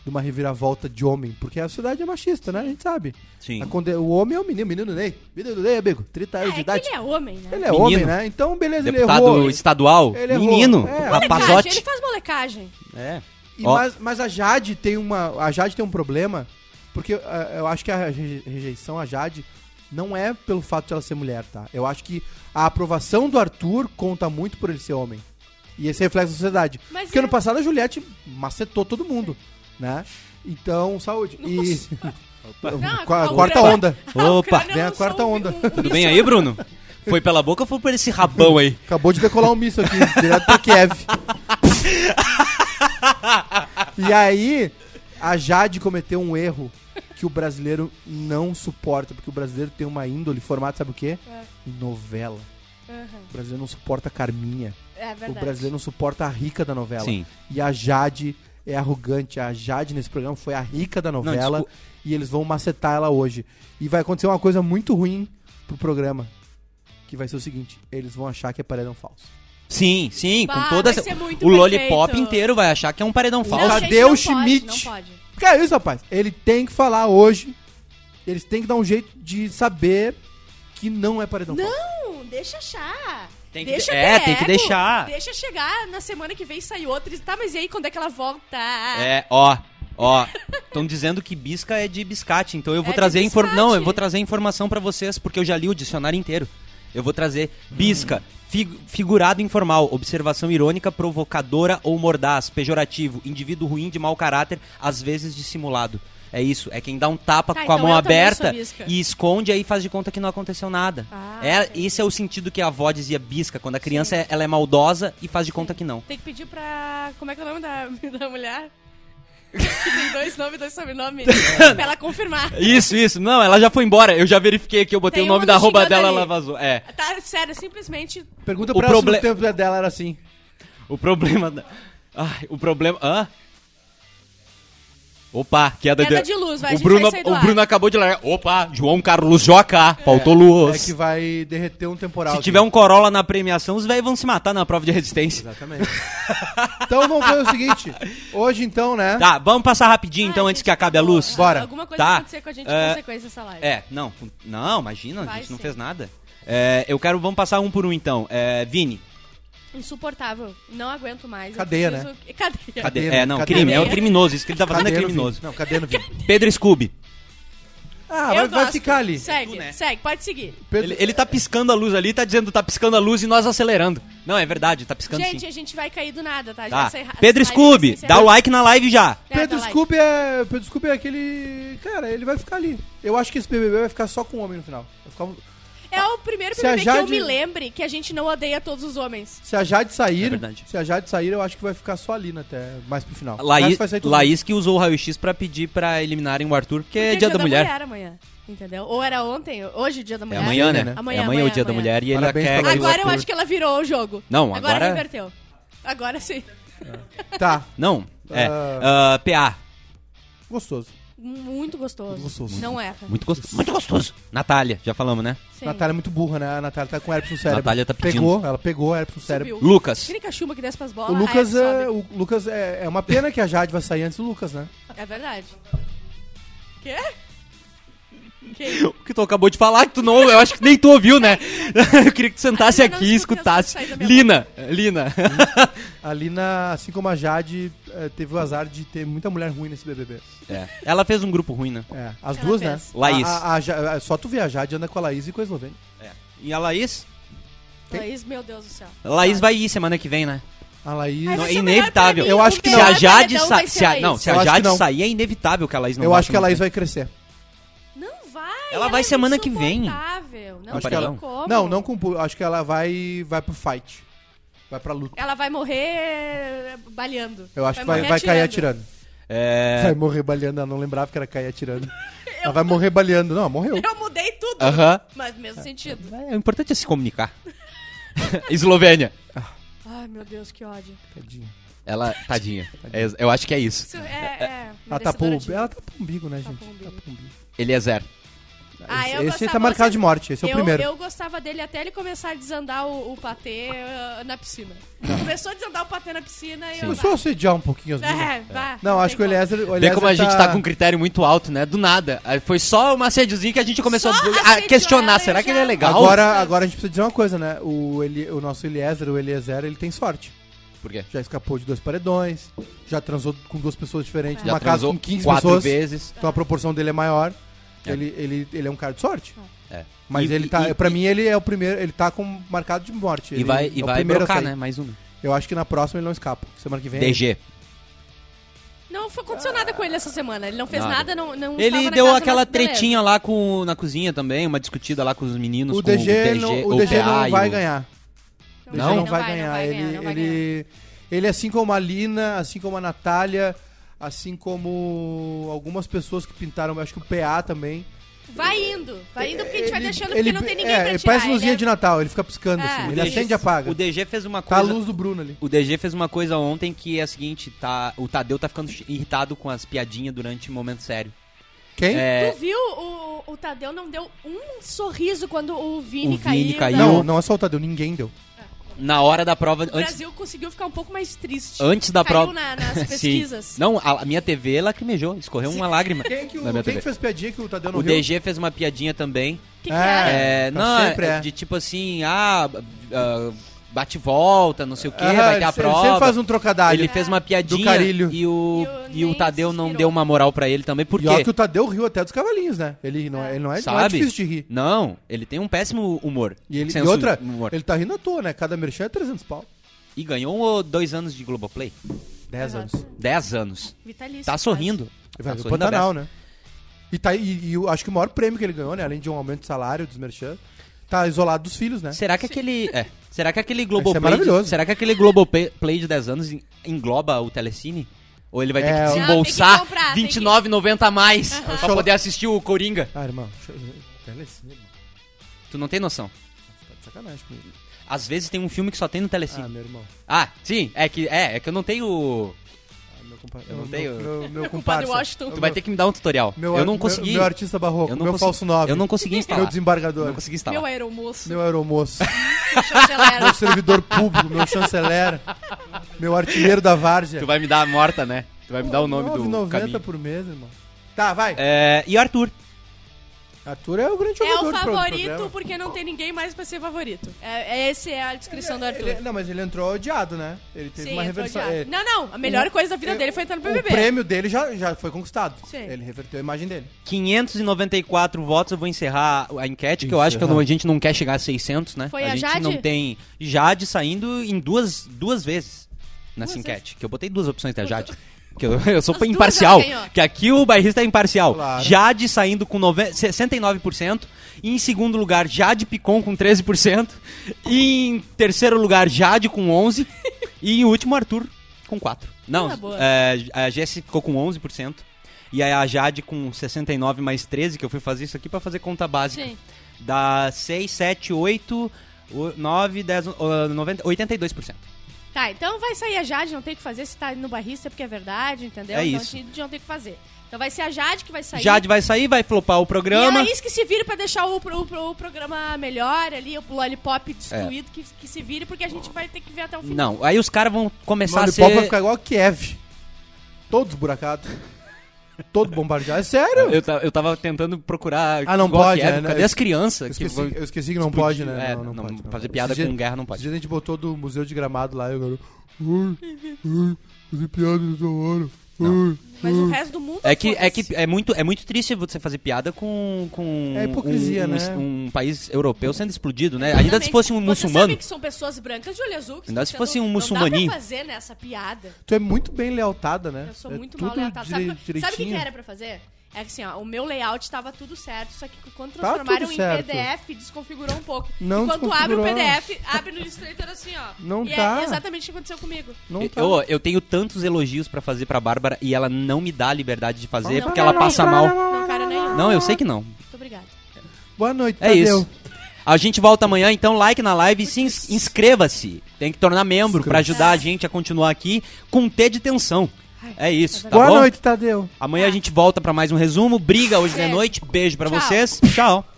de uma reviravolta de homem, porque a sociedade é machista, né? A gente sabe.
Sim.
A conde- O homem é o menino, menino Ney. Menino Ney, amigo, 30 anos
É,
de
que
idade.
ele é homem, né?
Ele é
Menino.
homem, né? Então, beleza,
Deputado
ele errou.
estadual?
Ele errou.
Menino?
É.
Molecagem,
Rapazote?
ele faz molecagem.
É.
E
Ó.
mas, mas a Jade tem uma. A Jade tem um problema. Porque eh, eu acho que a reje- rejeição à Jade não é pelo fato de ela ser mulher, tá? Eu acho que a aprovação do Arthur conta muito por ele ser homem. E esse é reflexo da sociedade.
Mas
porque
é-
ano passado a Juliette macetou todo mundo, né? Então, saúde. E.
Não,
Qua-
a é
quarta
Ucrânia-
onda.
a
Opa,
Ucrânia
vem a
lançou
quarta
um-
onda.
um- um
Tudo
míssil
bem aí, Bruno? Foi pela boca ou foi por esse rabão aí?
Acabou de decolar um míssil aqui, direto pra Kiev. e aí, a Jade cometeu um erro que o brasileiro não suporta, porque o brasileiro tem uma índole, formato, sabe o quê?
É.
Novela.
Aham,
O brasileiro não suporta a Carminha.
É verdade.
O brasileiro não suporta a rica da novela.
Sim.
E a Jade é arrogante. A Jade nesse programa foi a rica da novela.
desculpa.
e eles vão macetar ela hoje. E vai acontecer uma coisa muito ruim pro programa. Que vai ser o seguinte: eles vão achar que é paredão falso.
Sim, sim,
Bah,
com toda
vai ser muito
O lollipop
perfeito.
inteiro vai achar que é um paredão
Não,
falso.
gente,
Cadê
não
o
pode,
Schmidt?
Não pode.
Que é isso, rapaz? Ele tem que falar hoje. Eles têm que dar um jeito de saber que não é paredão falso.
Não, deixa achar.
Tem que
deixa
de- é,
ter
tem que
ego,
deixar.
Deixa chegar na semana que vem sai outra. e- Tá, mas e aí quando é que ela volta?
É, ó, ó. Estão dizendo que bisca é de biscate, então eu vou
É de
trazer infor...
biscate.
não, eu vou trazer informação pra vocês porque eu já li o dicionário inteiro. Eu vou trazer bisca, fig- figurado informal, observação irônica, provocadora ou mordaz, pejorativo, indivíduo ruim de mau caráter, às vezes dissimulado. É isso, é quem dá um tapa
Tá,
com a
então
mão
eu também
aberta
sou bisca.
e esconde aí e faz de conta que não aconteceu nada.
Ah,
é,
entendi.
esse é o sentido que a avó dizia bisca, quando a criança é, ela é maldosa e faz de conta que não.
Tem que pedir pra. Como é que é o nome da, da mulher? que tem dois nomes e dois sobrenomes. pra ela confirmar.
Isso, isso. Não, ela já foi embora. Eu já verifiquei aqui, eu botei
Tem
o nome
uma
da
me
arroba
xingando
dela,
ali.
ela vazou. É.
Tá, sério, simplesmente.
Pergunta
O
pra ela se
proble-
no tempo dela era assim.
O problema. da- Ai, o problema. Hã? Opa, queda,
Queda de luz, vai, a
o
gente
Bruno,
vai sair do
o
ar.
Bruno acabou de largar. Opa, João Carlos Joca, faltou luz.
É que vai derreter um temporal.
Se tiver um Corolla na premiação, os velhos vão se matar na prova de resistência.
Exatamente. então vamos fazer o seguinte. Hoje então, né?
Tá, vamos passar rapidinho então
Ai,
antes
gente, tá
que acabe a luz.
Bora.
Alguma coisa
Tá.
vai acontecer com a gente em
É.
consequência dessa live.
É, não, com- não, imagina, a
Vai
gente não
ser.
fez nada. É, eu quero, vamos passar um por um então. É, Vini,
Insuportável. Não aguento mais. eu
Cadeia, né?
preciso- Cadeia.
cadê?
Cadeira,
É, não,
cadeira.
crime, é o criminoso, isso que ele tá fazendo é
Cadeira no
criminoso.
Vini. Não, cadeia no Vini.
Pedro Scooby,
Ah,
Eu
vai, vai
gosto.
ficar ali.
Segue,
Tu, né?
segue, pode seguir.
ele, ele tá piscando a luz ali, tá dizendo tá piscando a luz e nós acelerando. Não, é verdade, tá piscando
gente,
sim.
a gente vai cair do nada, tá?
Tá.
Essa erra-
Pedro
essa live vai
Scooby,
ser
dá o
encerrada.
like na live já.
É, dá
Pedro
like.
Scooby é. Pedro Scooby é aquele. Cara, ele vai ficar ali. Eu acho que esse BBB vai ficar só com o homem no final. Vai ficar um-
É o primeiro
Se a
BBB que eu
Jade-
me lembre que a gente não odeia todos os homens.
Se a Jade
É
sair.
verdade.
se a Jade sair, eu acho que vai ficar só ali né, até mais pro final. Mas
Laís,
vai sair todo mundo.
Laís que usou o raio-x pra pedir pra eliminarem o Arthur, porque é dia da mulher.
amanhã, entendeu? Ou era ontem, hoje dia da
É
mulher.
amanhã, né?
Amanhã,
é amanhã,
amanhã
o dia da
amanhã.
mulher e
Parabéns
ele
pra
quer.
Laís.
Agora eu
Arthur.
acho que ela virou o jogo.
Não,
Agora
agora-
reverteu. Agora sim.
Tá,
Não, é.
Ah.
ah, PA.
gostoso.
Muito gostoso.
Gostoso.
Não erra.
Muito gostoso. Muito gostoso. Natália, já falamos, né?
Sim.
Natália é muito burra, né? A Natália tá com herpes no cérebro.
Natália tá pedindo.
Pegou, ela pegou herpes no cérebro.
Subiu.
Lucas.
Aquele cachumba que desce pras bolas.
O Lucas,
ai, sobe.
é, o Lucas é, é uma pena que a Jade vai sair antes do Lucas, né?
É verdade. Quê? Que
O que tu acabou de falar, que tu não. Eu acho que nem tu ouviu, né? Eu queria que tu sentasse
Ai, eu não
aqui e
escutei as coisas
escutasse.
que saíram da minha
Lina, Lina.
A Lina, assim como a Jade, eh, teve o azar de ter muita mulher ruim nesse BBB.
É, Ela fez um grupo ruim, né?
É, as
Ela
duas,
fez.
né?
Laís.
A- a- a Ja- a- só tu ver a Jade anda com a Laís e com a Eslovênia.
E a Laís?
Laís, meu Deus do céu.
Laís vai ir semana que vem, né?
A Laís.
Ai,
Não,
vai
é
ser o melhor
inevitável.
pra mim,
Eu acho
o
que
Se
não.
a
melhor
Jade
paredão
sa
vai ser
se a-
a Laís.
Não, se
Eu
a
acho que
Jade
não.
sair, é inevitável que a Laís não
eu
vá
acho que a
semana
Laís
vem.
vai crescer.
Não vai.
Ela vai
é
semana que vem.
insuportável, Não
Acho
tem
que ela-
como.
Não, não com. pu- Acho que ela vai, vai pro fight. Vai pra luta.
Ela vai morrer baleando.
Eu acho que vai,
morrer
vai cair atirando.
É.
Vai morrer baleando. Ela não lembrava que era cair atirando. ela vai morrer baleando. Não, morreu.
Eu mudei tudo,
Aham.
mas mesmo sentido.
É, O importante é se comunicar. Eslovênia.
Ai, meu Deus, que ódio.
Tadinha.
Ela, tadinha. É, eu acho que é isso.
Isso é. é
Ela tá pro
merecedora de-
ela tá pro umbigo, né, gente?
pro umbigo.
Tá pro umbigo.
Ele é zero.
Ah, eu
esse esse
gostava-
tá marcado de morte. Esse é o
eu,
primeiro.
eu gostava dele até ele começar a desandar o, o patê ah, na piscina. Começou a desandar o patê na piscina e eu.
Começou a sediar um pouquinho as meninas.
É, vá,
Não, acho
tem
que o
como.
Eliezer. o
Vê
Eliezer
como a gente tá com um critério muito alto, né? Do nada. Aí Foi só uma assédiozinho que a gente começou
Só
a- a
assediou
questionar.
ela e
Será
eu
que ele é
já-
legal?
Agora, agora a gente precisa dizer uma coisa, né? O, Eli, o nosso Eliezer, o Eliezer, ele tem sorte.
Por quê?
Já escapou de dois paredões, já transou com duas pessoas diferentes,
Já
numa casa
transou
com 15
quatro
pessoas.
vezes.
Então a proporção dele é maior.
É.
Ele, ele, ele é um cara de sorte.
É.
Mas
E-
ele tá.
e-
pra
e-
mim, ele é o primeiro. Ele tá com marcado de morte.
E
Ele
vai,
é
e
o
vai
primeiro a
brocar,
sair.
né? Mais uma.
Eu acho que na próxima ele não escapa. Semana que vem.
DG.
Não foi- aconteceu nada com ele essa semana. Ele não fez
Nada.
nada, não, não estava
Ele
na
deu
casa,
aquela
mas beleza.
tretinha lá com, na cozinha também, uma discutida lá com os meninos.
O
com
DG, não, o
ou
DG
PA
não
e
vai
o-
ganhar. O DG
Não?
não, vai ganhar. Ele,
não vai
ele, ele, assim como a Lina, assim como a Natália, assim como algumas pessoas que pintaram, acho que o PA também.
Vai indo, vai indo porque a gente vai
Ele-
deixando
ele-
porque não tem ninguém
é,
pra
ele
tirar.
Parece luzinha
ele é-
de Natal, ele fica piscando
É.
assim.
O
Ele
DG
acende e apaga.
O DG fez uma
Tá a
coisa.
luz do Bruno ali.
O DG fez uma coisa ontem que é a seguinte, tá, o Tadeu tá ficando ch- irritado com as piadinhas durante um momento sério.
Quem?
É,
Tu viu? O, o Tadeu não deu um sorriso quando o Vini,
O Vini caiu.
da-
Não,
eu-
não é só o Tadeu, ninguém deu.
na hora da prova,
O
antes,
Brasil conseguiu ficar um pouco mais triste.
antes da
Caiu
prova...
na- nas
Sim.
pesquisas.
Não, a, a minha TV lacrimejou, escorreu uma lágrima
é
Quem é que, o,
na minha
quem
TV.
que fez piadinha que o Tadeu não
O
riu?
DG fez uma piadinha também.
Que que era?
É,
tá
não,
sempre
é
é.
de tipo assim, ah, ah, bate e volta, não sei o que,
Aham,
vai ter
ele
a
se- ele
prova.
sempre Ah, faz um trocadilho.
Ele fez uma
Do
piadinha
Carilho.
e
E
o,
o
e o
nem
Tadeu não
respirou.
deu uma moral pra ele também,
E olha
porque
que o Tadeu riu até dos cavalinhos, né? Ele não é, ele não é, não é
Sabe?
difícil de rir.
Não, ele tem um péssimo humor.
E, ele, e
senso
outra,
de humor.
ele tá rindo à toa, né? Cada merchan é 300 pau.
E ganhou dois anos de Globoplay.
10 anos.
Dez anos.
Vitalício.
Tá sorrindo.
E vai
Tá
ver o
sorrindo
Pantanal,
aberto.
né? E, tá, e, e eu acho que o maior prêmio que ele ganhou, né? Além de um aumento de salário dos merchan, tá isolado dos filhos, né?
Será que aquele. É, será que aquele Globoplay.
maravilhoso.
de, será que aquele Globoplay de 10 anos en- engloba o Telecine? Ou ele vai ter
É,
que
Não,
tem que
desembolsar
comprar, tem que-
R$29,90 a mais pra
eu-
poder assistir o Coringa?
Ah, irmão, deixa eu- Telecine, irmão.
Tu não tem noção.
Tá de sacanagem comigo.
Às vezes tem um filme que só tem no
Ah,
Telecine.
meu irmão.
Ah, sim, é que, é, é que eu não tenho.
Meu compa-
Eu não
meu-
tenho-
Meu, meu, meu
Compadre
comparsa.
Washington.
Tu vai ter que me dar um tutorial.
Meu,
eu não
meu-
consegui.
Meu, artista barroco,
eu não
meu
consegui-
falso 9.
Eu não consegui
Meu
instalar. Eu
desembargador.
não consegui instalar.
Meu aeromoço.
Meu aeromoço.
Meu chanceler.
meu servidor público, meu chanceler. Meu artilheiro da várzea.
Tu vai me dar a morta, né? Tu vai me dar o nome do
9,90
caminho.
por mês, irmão. Tá, vai.
É, e Arthur.
Arthur é o grande
É
jogador
o
do pro-
favorito
programa.
porque não tem ninguém mais pra ser favorito. É, essa é a descrição do Arthur.
Ele- não, mas ele entrou odiado, né? Ele teve
Sim,
uma
entrou
reversão.
odiado.
é,
Não, não. A melhor coisa da vida
é,
dele foi entrar no
o
BBB.
prêmio dele já, já foi conquistado.
Sim.
Ele reverteu a imagem dele.
594 votos, eu vou encerrar a enquete, que eu acho que eu não- a gente não quer chegar a 600, né?
Foi a
gente
Jade?
não tem Jade saindo em duas, duas vezes nessa
Duas
enquete. Que eu botei duas opções da Jade. Que eu, eu sou imparcial.
ela tem, ó.
que aqui o bairrista é imparcial.
Claro.
Jade saindo com nove- 69%. E em segundo lugar, Jade Picon com 13%. E em terceiro lugar, Jade com 11%. e em último, Arthur com 4%. Não,
Tá boa.
é, a Jessie ficou com 11%. E aí a Jade com 69 mais 13, que eu fui fazer isso aqui pra fazer conta básica.
Sim.
Dá 6, 7, 8, 9, 10, ó, 90, 82%.
Tá, então vai sair a Jade, não tem o que fazer. Se tá no barrista é porque é verdade, entendeu?
É
então
isso.
a gente não tem o que fazer. Então vai ser a Jade que vai sair.
Jade vai sair, vai flopar
E
o
ela
programa.
é isso que se vire pra deixar o, pro- pro- o programa melhor ali, o lollipop destruído,
É.
que, que se vire, porque a gente vai ter que ver até o final.
Não, aí os caras vão
O
começar a
Lollipop vai
ser...
ficar igual a Kiev. Todo esburacado. Todo bombardeado. É sério?
Eu, ta- eu tava tentando procurar...
Ah, não
igual
pode,
que é,
né?
Cadê
Eu
as crianças?
Eu
que
esqueci,
vão
eu esqueci que não
explodir?
pode, né?
É, não, fazer piada
Esse
com
dia-
guerra não pode.
esse dia A gente botou do Museu de Gramado lá e eu quero... Fazer piada nessa hora. Ai.
Mas o resto do mundo.
É que, é
foda-se.
que é, muito, é muito triste você fazer piada com, com
É hipocrisia,
um, um-
né?
um país europeu sendo explodido, né? Ainda se fosse um
Vocês
muçulmano.
sabem que são pessoas brancas de olho azul. Que
Ainda
estão
se
sendo-
fosse um
Não
muçulmaninho.
dá pra fazer nessa piada.
Tu é muito bem lealtada, né?
Eu sou
É
muito
tudo
mal lealtada. Sabe,
dire-
o que- sabe o que que
direitinho.
era pra fazer? É que assim, ó, o meu layout tava tudo certo, só que quando
Tá tudo
transformaram em
certo.
PDF, desconfigurou um pouco.
Não
e quando abre o
desconfigurou.
PDF, abre no Illustrator assim, ó.
Não
e
tá.
é exatamente o que aconteceu comigo.
Não tá.
Eu, eu tenho tantos elogios pra fazer pra Bárbara e ela não me dá a liberdade de fazer
Não,
É porque
cara,
ela passa
não.
mal.
Não, cara, nem.
Não, eu sei que não.
Muito obrigada.
Boa noite,
É
Tadeu.
isso. A gente volta amanhã, então like na live e se ins- inscreva-se. Tem que tornar membro pra ajudar a gente a continuar aqui com T de tensão. É isso, tá
Boa
bom?
noite, Tadeu.
Amanhã a gente volta pra mais um resumo. Briga hoje de
Beijo.
noite. Beijo pra
Tchau.
vocês. Tchau.